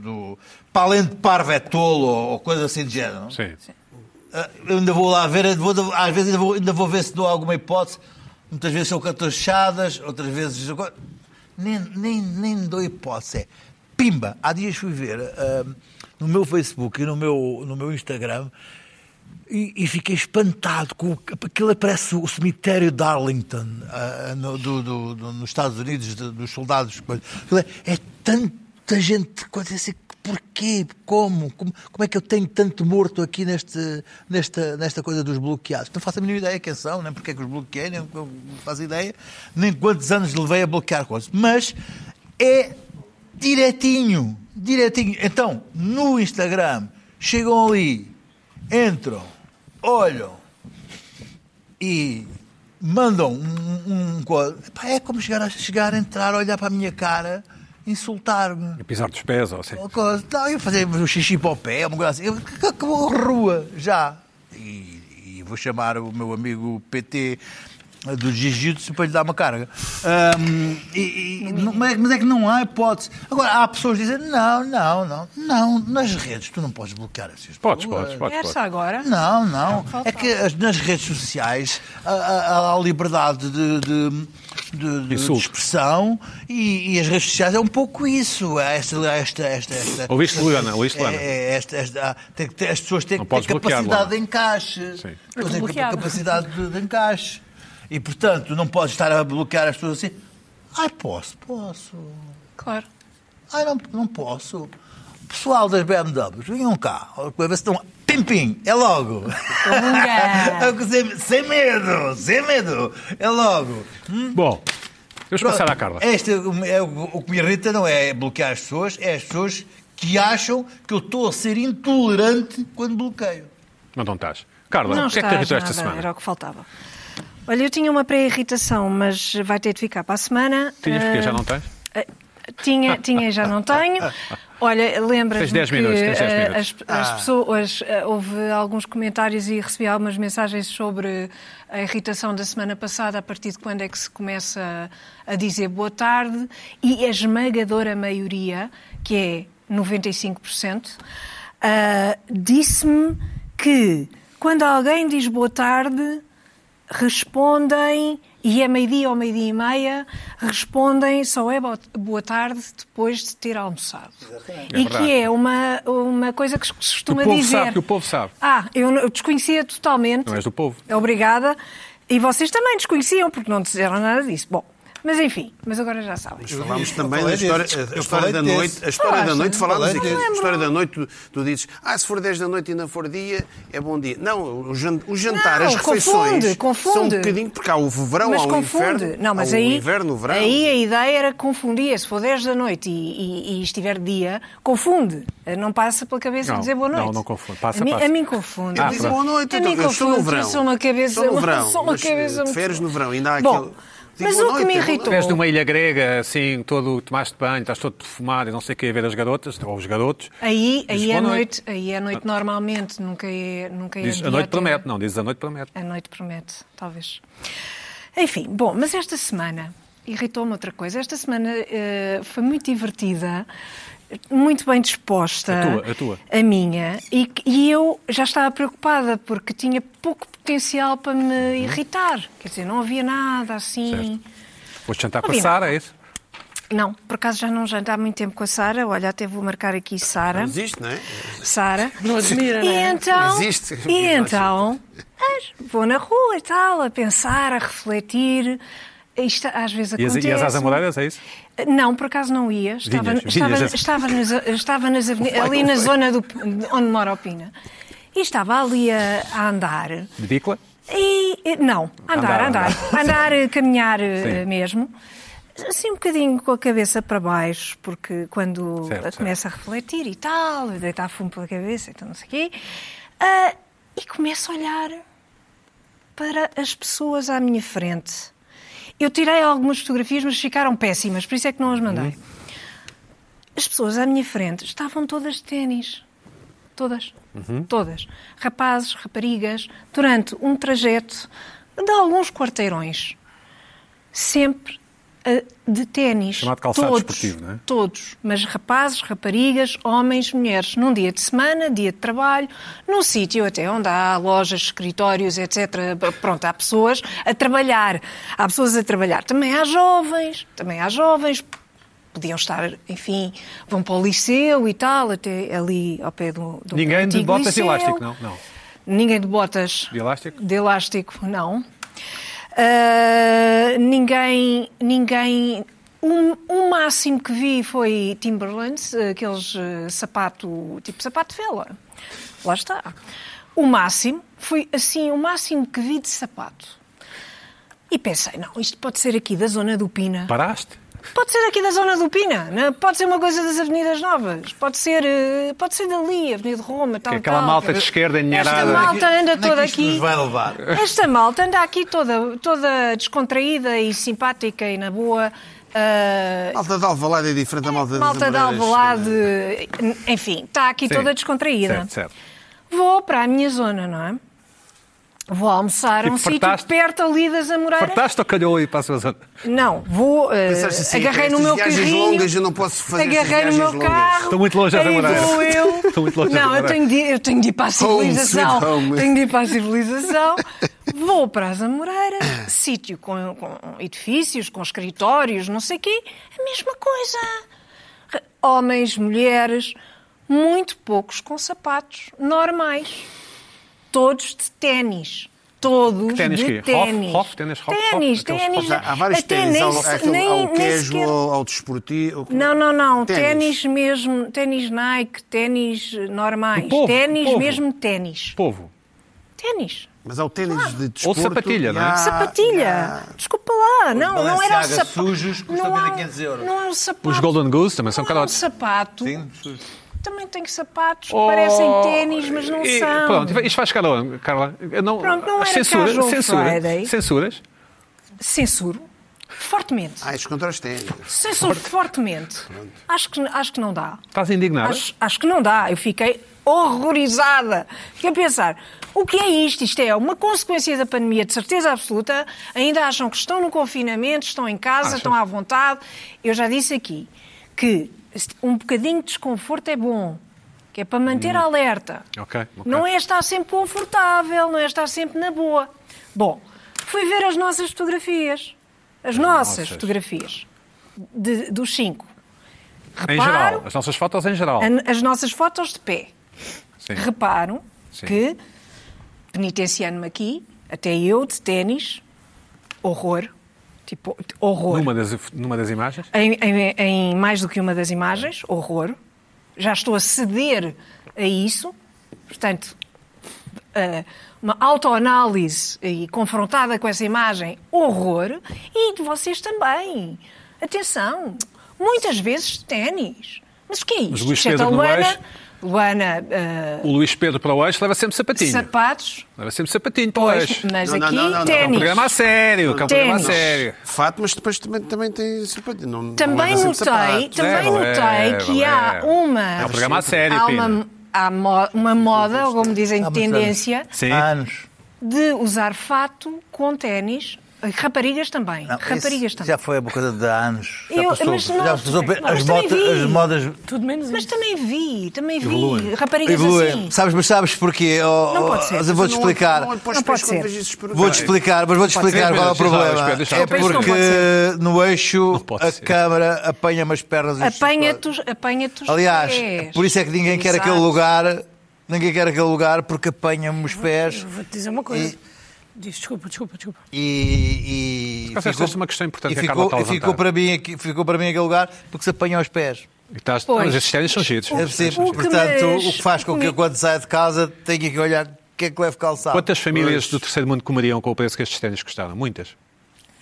do Palente parvo é tolo ou ou coisa assim de género.
Sim.
Ah, Eu ainda vou lá ver, ainda vou- às vezes ainda vou, ainda vou ver se dou alguma hipótese. Muitas vezes são cartões fechadas, outras vezes. Nem, nem, nem dou hipótese. É Pimba! Há dias fui ver ah, no meu Facebook e no meu, no meu Instagram e, e fiquei espantado com o- aquilo parece o cemitério de Arlington ah, ah, no- do- do- do- nos Estados Unidos de- dos soldados coisa. Aquilo é- é tanta gente coisa assim porquê como, como como é que eu tenho tanto morto aqui neste nesta nesta coisa dos bloqueados não faço a mínima ideia quem são nem porque é que os bloqueei nem não faço ideia nem quantos anos levei a bloquear coisas mas é direitinho, direitinho. Então, no Instagram, chegam ali, entram, olham e mandam um, um quadro. Epá, É como chegar a chegar, a entrar, olhar para a minha cara, insultar-me.
A pisar dos pés, ou assim.
Uma coisa, Não, eu fazer um xixi para o pé, uma coisa assim. Eu- que- que- Acabou a rua, já. E, e vou chamar o meu amigo PT do Jiu-Jitsu para lhe dar uma carga. Ahm, e- e- não- mas, é, mas é que não há hipótese. Agora, há pessoas que dizem, não, não, não, não, nas redes tu não podes bloquear essas
Podes,
pessoas.
podes, podes. podes.
Essa agora?
Não, não. É que as- nas redes sociais há- há há liberdade de, de- de- de
Insulto.
expressão e, e as redes sociais é um pouco isso. Há Esta, há esta, é esta, esta,
Ouviste, Luana? Ouviste, Luana?
É- é esta- esta- há- tem que ter- as pessoas têm
Não
que ter
podes bloquear,
capacidade
Luana.
de encaixe.
Sim.
Elas têm que ter
Bloqueado.
capacidade de, de encaixe. E, portanto, não podes estar a bloquear as pessoas assim. Ai, posso, posso.
Claro.
Ai, não, não posso. pessoal das BMWs, vinham cá, para ver se estão. Pimpim, é logo.
Tunga.
É o que sem, sem medo, sem medo, é logo.
Bom, vamos passar à Carla.
Este é o- é o, o que me irrita não é bloquear as pessoas, é as pessoas que acham que eu estou a ser intolerante quando bloqueio.
Não, não estás. Carla,
Não
o que é que te
estás
irritou esta
nada,
semana?
Era o que faltava. Olha, eu tinha uma pré-irritação, mas vai ter de ficar para a semana.
Tinhas porque
Ah,
já não tens?
ah, Tinha, tinha e já não tenho. Olha, lembras-me
Tens 10
que
minutos, tens 10
ah,
minutos.
as, as pessoas, ah, houve alguns comentários e recebi algumas mensagens sobre a irritação da semana passada, a partir de quando é que se começa a dizer boa tarde, e a esmagadora maioria, que é 95%, ah, disse-me que quando alguém diz boa tarde, respondem, e é meio-dia ou meio-dia e meia, respondem só é bo- boa tarde depois de ter almoçado.
É
e
verdade.
que é uma, uma coisa que se costuma
O povo
dizer.
sabe, que o povo sabe.
Ah, eu, não- eu desconhecia totalmente.
Não és do povo.
Obrigada. E vocês também desconheciam, porque não disseram nada disso. Bom, mas enfim, mas agora já sabem.
Mas falámos também da
falei
história,
desse.
a- a
Eu
história
falei
da
desse.
noite. A história da
acho,
noite falámos
falei
aqui.
desse.
A história da noite, tu, tu dizes, ah, se for 10 da noite e não for dia, é bom dia. Não, o jan- o jantar,
Não,
as refeições
confunde,
são um
confunde.
bocadinho, porque há o verão,
mas
há o
confunde.
inverno.
não, mas
há
aí,
o inverno, o verão.
aí é- a ideia era confundir. Se for 10 da noite e, e- e estiver dia, confunde. Não passa pela cabeça
Não,
dizer boa
não,
noite.
não confunde. Passa,
a, mim,
passa.
a mim confunde.
Ah,
Eu disse
pronto.
boa noite,
a
então,
mim
eu estou no
confunde.
verão.
Eu sou uma cabeça.
Estou no verão.
sou uma
mas,
cabeça
eh, de
muito-
férias no verão, ainda há
Bom,
aquele. boa
mas o que
noite,
me
é boa
irritou-
noite.
Vês numa ilha grega, assim, todo tomaste banho, estás todo perfumado e não sei o quê, a ver as garotas, ou os garotos.
Aí,
Dizes
aí é
boa
noite. Aí é noite normalmente. Nunca é. Nunca é
Dizes,
dia
a noite
ter-
promete, não, dizes a noite promete.
A noite promete, talvez. Enfim, bom, mas esta semana irritou-me outra coisa. Esta semana eh, foi muito divertida, muito bem disposta.
A tua, a tua.
A minha. E, que- e eu já estava preocupada porque tinha pouco potencial para me irritar. Quer dizer, não havia nada assim.
Uhum. Certo. Vou-te jantar com a
Combinado.
Sara, é isso?
Não, por acaso já não janto há muito tempo com a Sara. Olha, até vou marcar aqui Sara.
Existe, não é?
Sara.
Não admira,
E
não é?
então,
Existe.
E então, mas vou na rua e tal, a pensar, a refletir. Isto às vezes
E as,
acontece.
e as às namoradas, é isso?
Não, por acaso não ia. Estava,
Vinhas,
estava,
vinhas. é
estava nas- estava nas aveni- ali na zona do, onde mora o Pina. E estava ali a, a andar.
De bicla?
E, e- não, andar,
Andar,
andar. Andar, eh, caminhar eh,
Sim.
mesmo. Assim um bocadinho com a cabeça para baixo, porque quando
Certo, certo.
começa a refletir e tal, a deitar fumo pela cabeça, então não sei o quê, ah, e começo a olhar para as pessoas à minha frente. Eu tirei algumas fotografias, mas ficaram péssimas, por isso é que não as mandei.
Uhum.
As pessoas à minha frente estavam todas de ténis. Todas.
Uhum.
Todas. Rapazes, raparigas, durante um trajeto de alguns quarteirões. Sempre ah, de ténis.
Chamado calçado
todos,
desportivo, não é?
Todos. Mas rapazes, raparigas, homens, mulheres. Num dia de semana, dia de trabalho, num sítio até onde há lojas, escritórios, etc. Pronto, há pessoas a trabalhar. Há pessoas a trabalhar. Também há jovens. Também há jovens podiam estar, enfim, vão para o liceu e tal, até ali ao pé do, do
Ninguém de
antigo
botas de
liceu.
elástico, não? Não.
Ninguém de botas.
De elástico?
De elástico, não. Ah, ninguém, ninguém. O, o máximo que vi foi Timberlands, aqueles eh, sapato, tipo sapato de vela. Lá está. O máximo, foi assim, o máximo que vi de sapato. E pensei, não, isto pode ser aqui da zona do Pina.
Paraste?
Pode ser aqui da zona do Pina, né? pode ser uma coisa das Avenidas Novas, pode ser, eh, pode ser dali, Avenida de Roma, tal,
Que é aquela
tal.
malta de esquerda
Então, Esta
endinheirada.
malta
Onde é
anda
que
toda
isto nos
aqui.
vai levar?
Esta malta anda aqui toda, toda descontraída e simpática e na boa. ah,
Malta de Alvalade é diferente da malta das
malta de
Amoreiras.
Alvalade, enfim, está aqui
Sim.
toda descontraída.
Certo, certo.
Vou para a minha zona, não é? Vou almoçar a
Tipo,
um sítio
fartaste-
perto ali das Amoreiras.
Fartaste ou calhou aí para a sua zona?
Não, vou. eh,
Pensaste assim,
agarrei no
estas
meu
viagens
carrinho.
longas, eu não posso fazer estas
Agarrei no meu
viagens longas.
carro.
Estou muito longe das
aí
Amoreiras.
vou eu.
Estou muito longe das
não, eu
Amoreiras.
tenho, de, ir- eu tenho de ir para a
Home,
civilização.
sweet home.
Tenho de ir para a civilização. Vou para as Amoreiras, sítio com, com edifícios, com escritórios, não sei o quê. A mesma coisa. Homens, mulheres, muito poucos com sapatos normais todos de ténis. todos
Que ténis que
de
é?
ténis.
Hoff, hoff, ténis, hoff,
ténis,
hoff, aqueles
ténis.
hoff.
Então, Há, há vários
a
ténis, ao,
ténis
àquele-
nem-
ao
nem
queijo,
sequer-
ao, ao desportivo.
Não, não, não.
Ténis.
Ténis mesmo, ténis Nike, ténis normais,
Do povo,
ténis
povo.
mesmo ténis.
Povo.
Ténis.
Mas ao ténis de desporto...
sapatilha, não é?
e há- e
Sapatilha.
há-
Desculpa lá. Não, não era o
Balenciaga
sapato.
sujos custam
não, é
1500 euros.
não é o sapato.
Os Golden Goose também são
não é o
carotes.
sapato.
Sim, sim.
Também tem sapatos que parecem ténis, mas não
Oh, E,
são.
Pronto, isto vai chegar aonde, Carla? Eu Não,
Pronto, não era
censuras,
casual
censuras,
Friday.
censuras.
Censuro. Fortemente.
Ah, isso contra os ténis.
Censuro fortemente. Acho que, acho que não dá.
Estás indignada?
Acho, acho que não dá. Eu fiquei horrorizada. Fiquei a pensar, o que é isto? Isto é uma consequência da pandemia, de certeza absoluta. Ainda acham que estão no confinamento, estão em casa,
Acham.
estão à vontade. Eu já disse aqui que um bocadinho de desconforto é bom. Que é para manter alerta.
Hum. Ok, ok.
Não é estar sempre confortável, não é estar sempre na boa. Bom, fui ver as nossas fotografias. As nossas
nossas.
fotografias. de- dos cinco.
Em
Reparo-
geral, as nossas fotos em geral.
An- as nossas fotos de pé.
Sim.
Reparam
Sim.
que, penitenciando-me aqui, até eu de ténis, horror, tipo, horror.
Numa das, numa das imagens.
Em, em- em mais do que uma das imagens, horror. Já estou a ceder a isso. Portanto, eh, uma autoanálise e confrontada com essa imagem, horror. E de vocês também. Atenção, muitas vezes ténis. Mas o que é
Mas
isto?
Luís
Exceto a
Pedro Novaes-
Luana, Luana eh,
O Luís Pedro para o eixo leva sempre sapatinho.
sapatos,
Leva sempre sapatinho para o
pois,
eixo.
mas
Não, não,
aqui
não, não, não.
É um
ténis.
programa a sério, que é um programa a
Ténis.
sério.
Fato, mas depois também, também tem sapatilha. Não,
Também
não anda
notei,
sempre sapatos.
também
É,
notei
é,
que
é.
há uma.
É um programa a sério,
há
Pina.
uma, há mo- uma moda, ou como dizem,
Há muitos
tendência,
Sim.
Há anos.
de usar fato com ténis. Raparigas também.
Não,
Raparigas
isso
também.
Já foi uma coisa de há anos. Já
Eu-
passou.
mas não-
já passou.
mas
As,
também
motas-
vi.
as modas
Tudo menos
Mas
isso.
também vi, também vi.
evoluem.
Raparigas
Evolui.
assim.
Sabes, mas sabes porquê? Oh,
Não
oh,
pode ser.
mas Eu vou-te
Não olho-
explicar.
não olho para os
Não
pés
pode
quando
ser.
vejo isso por
Vou-te
cá.
explicar, mas vou-te explicar qual
ser.
é o
Deixa lá,
problema.
deixa lá,
É
deixa lá.
Isso não
porque no eixo
pode
a
ser.
câmara apanha umas pernas e os
Apanha-te os- apanha-te os
Aliás,
pés.
por isso é que ninguém quer
Exato. Uhum.
aquele lugar, ninguém quer aquele lugar porque apanha-me os pés
Eu Vou-te dizer uma coisa. Diz, desculpa, desculpa, desculpa.
e. e
Mas esta é uma questão importante
e
que a Carla
ficou,
está a
e ficou,
levantar.
para mim, aqui- ficou para mim aquele lugar porque se apanha aos pés.
E estás-
Pois.
Mas estes ténis são giros.
É
O que
possível. Portanto,
mais-
o que faz com que eu, quando saio de casa, tenha que olhar o que é que levo calçado.
Quantas famílias
Pois.
do terceiro mundo comeriam com o preço que estes ténis custaram? Muitas.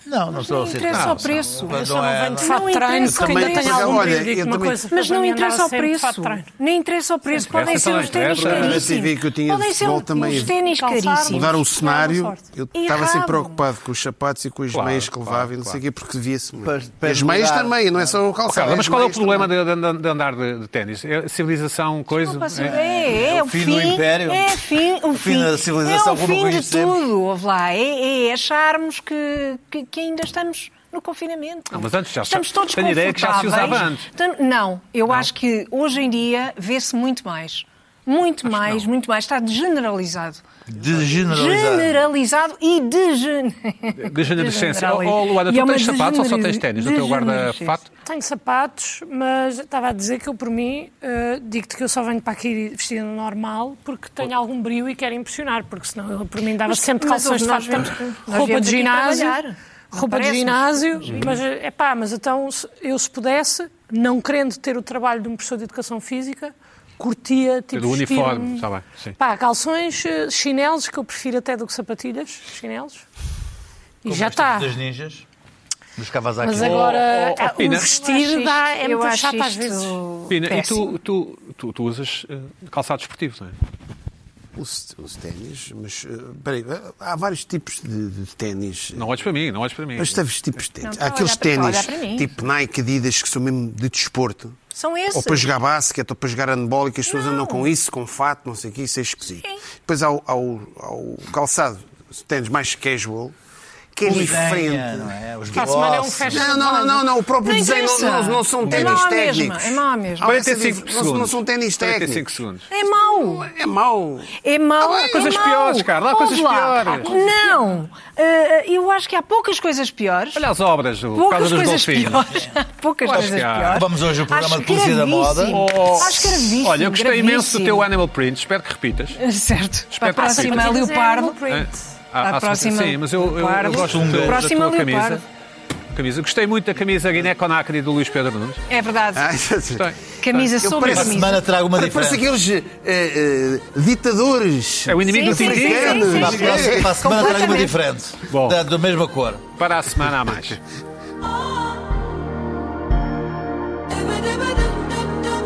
Não, não
Não
sou assim.
interessa
Não,
ao preço.
Eu só
não
não
é-
venho de
não
fato de treino,
interessa,
porque ainda
também-
tenho algum
Olha,
medo.
eu
Digo uma
também-
coisa.
Mas não
para mim
interessa
andar
ao
sempre de fato
preço.
de treino.
Nem interessa ao preço. Podem
interessa,
ser
não
os ténis
interessa.
Eu
caríssimos.
tive que eu tinha de
Podem ser
futebol também.
os ténis caríssimos.
Mudar o um cenário,
sorte.
eu
E
estava sempre
rabo.
preocupado com os sapatos e com as
Claro,
meias que levava e não sei o quê, porque devia-se. E as
para
meias
mudar.
também, não é só o
Oh,
calçado.
Carla,
é
mas
as
qual é o
meias
problema
também.
de, de- de andar de, de ténis? É civilização, coisa?
Opa, sim,
É-
É, é, o
fim do império.
É o fim, o fim,
da civilização
é o
como a
fim de
conhecemos.
tudo. Ouve lá, é, é acharmos que, que, que ainda estamos no confinamento.
Não, mas antes já se-
estamos todos
tenho ideia que já se usava
confortáveis.
antes.
Então, não, eu acho que hoje em dia vê-se muito mais. Muito mais, muito mais. Está generalizado.
Degeneralizado.
Generalizado e degen...
Degenerescência.
Generali-
Oh, Luana,
E é
tu
uma
tens sapatos ou só tens
degenere-
ténis? No teu guarda-fato?
degenerescência.
Tenho sapatos, mas estava a dizer que eu, por mim, eh, digo-te que eu só venho para aqui vestida normal porque tenho algum brio e quero impressionar, porque senão eu, por mim, dava
Mas-
sempre
mas
calções de fato,
nós
de
viemos-
treino,
nós
roupa
viemos
de
aqui
ginásio,
trabalhar. Não
roupa de
parece-nos.
ginásio, mas é pá, mas então se- eu se pudesse, não querendo ter o trabalho de um professor de Educação Física, curtia, tipo,
Do
vestir-me-
uniforme,
tá
está bem, sim.
Pá, calções, eh, chinelos, que eu prefiro até do que sapatilhas, chinelos. E
é
já tá. está.
Das ninjas. Dos Kawasaki.
Mas agora,
Oh, oh, oh,
ah,
Pina.
o vestir dá, é
Eu
muito
acho
chato às
isto um
vezes.
Pina, e tu,
péssimo.
tu, tu, tu usas eh, calçado esportivo, não é?
Os, os ténis, mas. eh, Peraí, há vários tipos de, de ténis.
Não olhes para mim, não olhes para mim.
Mas teve tipos de ténis.
Não,
Há aqueles
olha para- olha
ténis,
para mim.
tipo Nike, Adidas, que são mesmo de desporto.
São esses.
Ou para jogar basquete, ou para jogar handball, e que as pessoas andam com isso, com fato, não sei o que, isso é esquisito.
Sim.
Depois há o, há o- há o calçado, tens mais casual, que é diferente.
Desenha, não é? Os
Para a semana é um
glosses.
fashion
Não, não, não,
design.
não, não, o próprio
Não
desenho não,
interessa.
não, não são
É
ténis
mau mesmo,
técnicos.
é mau mesmo.
Há essa
45
dif- não,
segundos.
não são ténis
45
técnicos.
segundos.
É mau.
É mau.
É mau.
Há Ah, coisas
é mau.
piores, Carla, há
Ouve
coisas
lá.
piores.
Não. Eh, eu acho que há poucas coisas piores.
Olha as obras do por
poucas
causa dos
coisas
golfinhos.
piores. poucas
Acho
coisas
que há.
piores.
Vamos hoje ao programa
Acho
é
de Polícia da Moda.
gravíssimo.
Oh.
Acho gravíssimo.
Olha, eu gostei imenso do
gravíssimo.
teu Animal Print, espero que repitas. é?
Certo. Para a
Tipo,
Espero que
próxima,
sim.
Leopardo.
Print.
À próxima,
Ah, Sim, mas eu, eu, eu
leopardo.
gosto do teu- da
Próxima,
tua camisa.
leopardo.
camisa. Gostei muito da camisa Guiné-Conakry do Luís Pedro Nunes.
É verdade.
Ah, isso é-
Gostei.
Camisa sobre
Para a
camisa.
semana trago uma
Olha, Parece
diferença.
aqueles eh, eh, ditadores.
É o inimigo
Sim,
do
sim,
Tintin.
sim, sim,
Para a
sim.
próxima- para a semana trago uma
Completamente.
diferente.
Bom.
Da, da mesma cor.
Para a semana a mais.
Dibba dibba dib dib dib.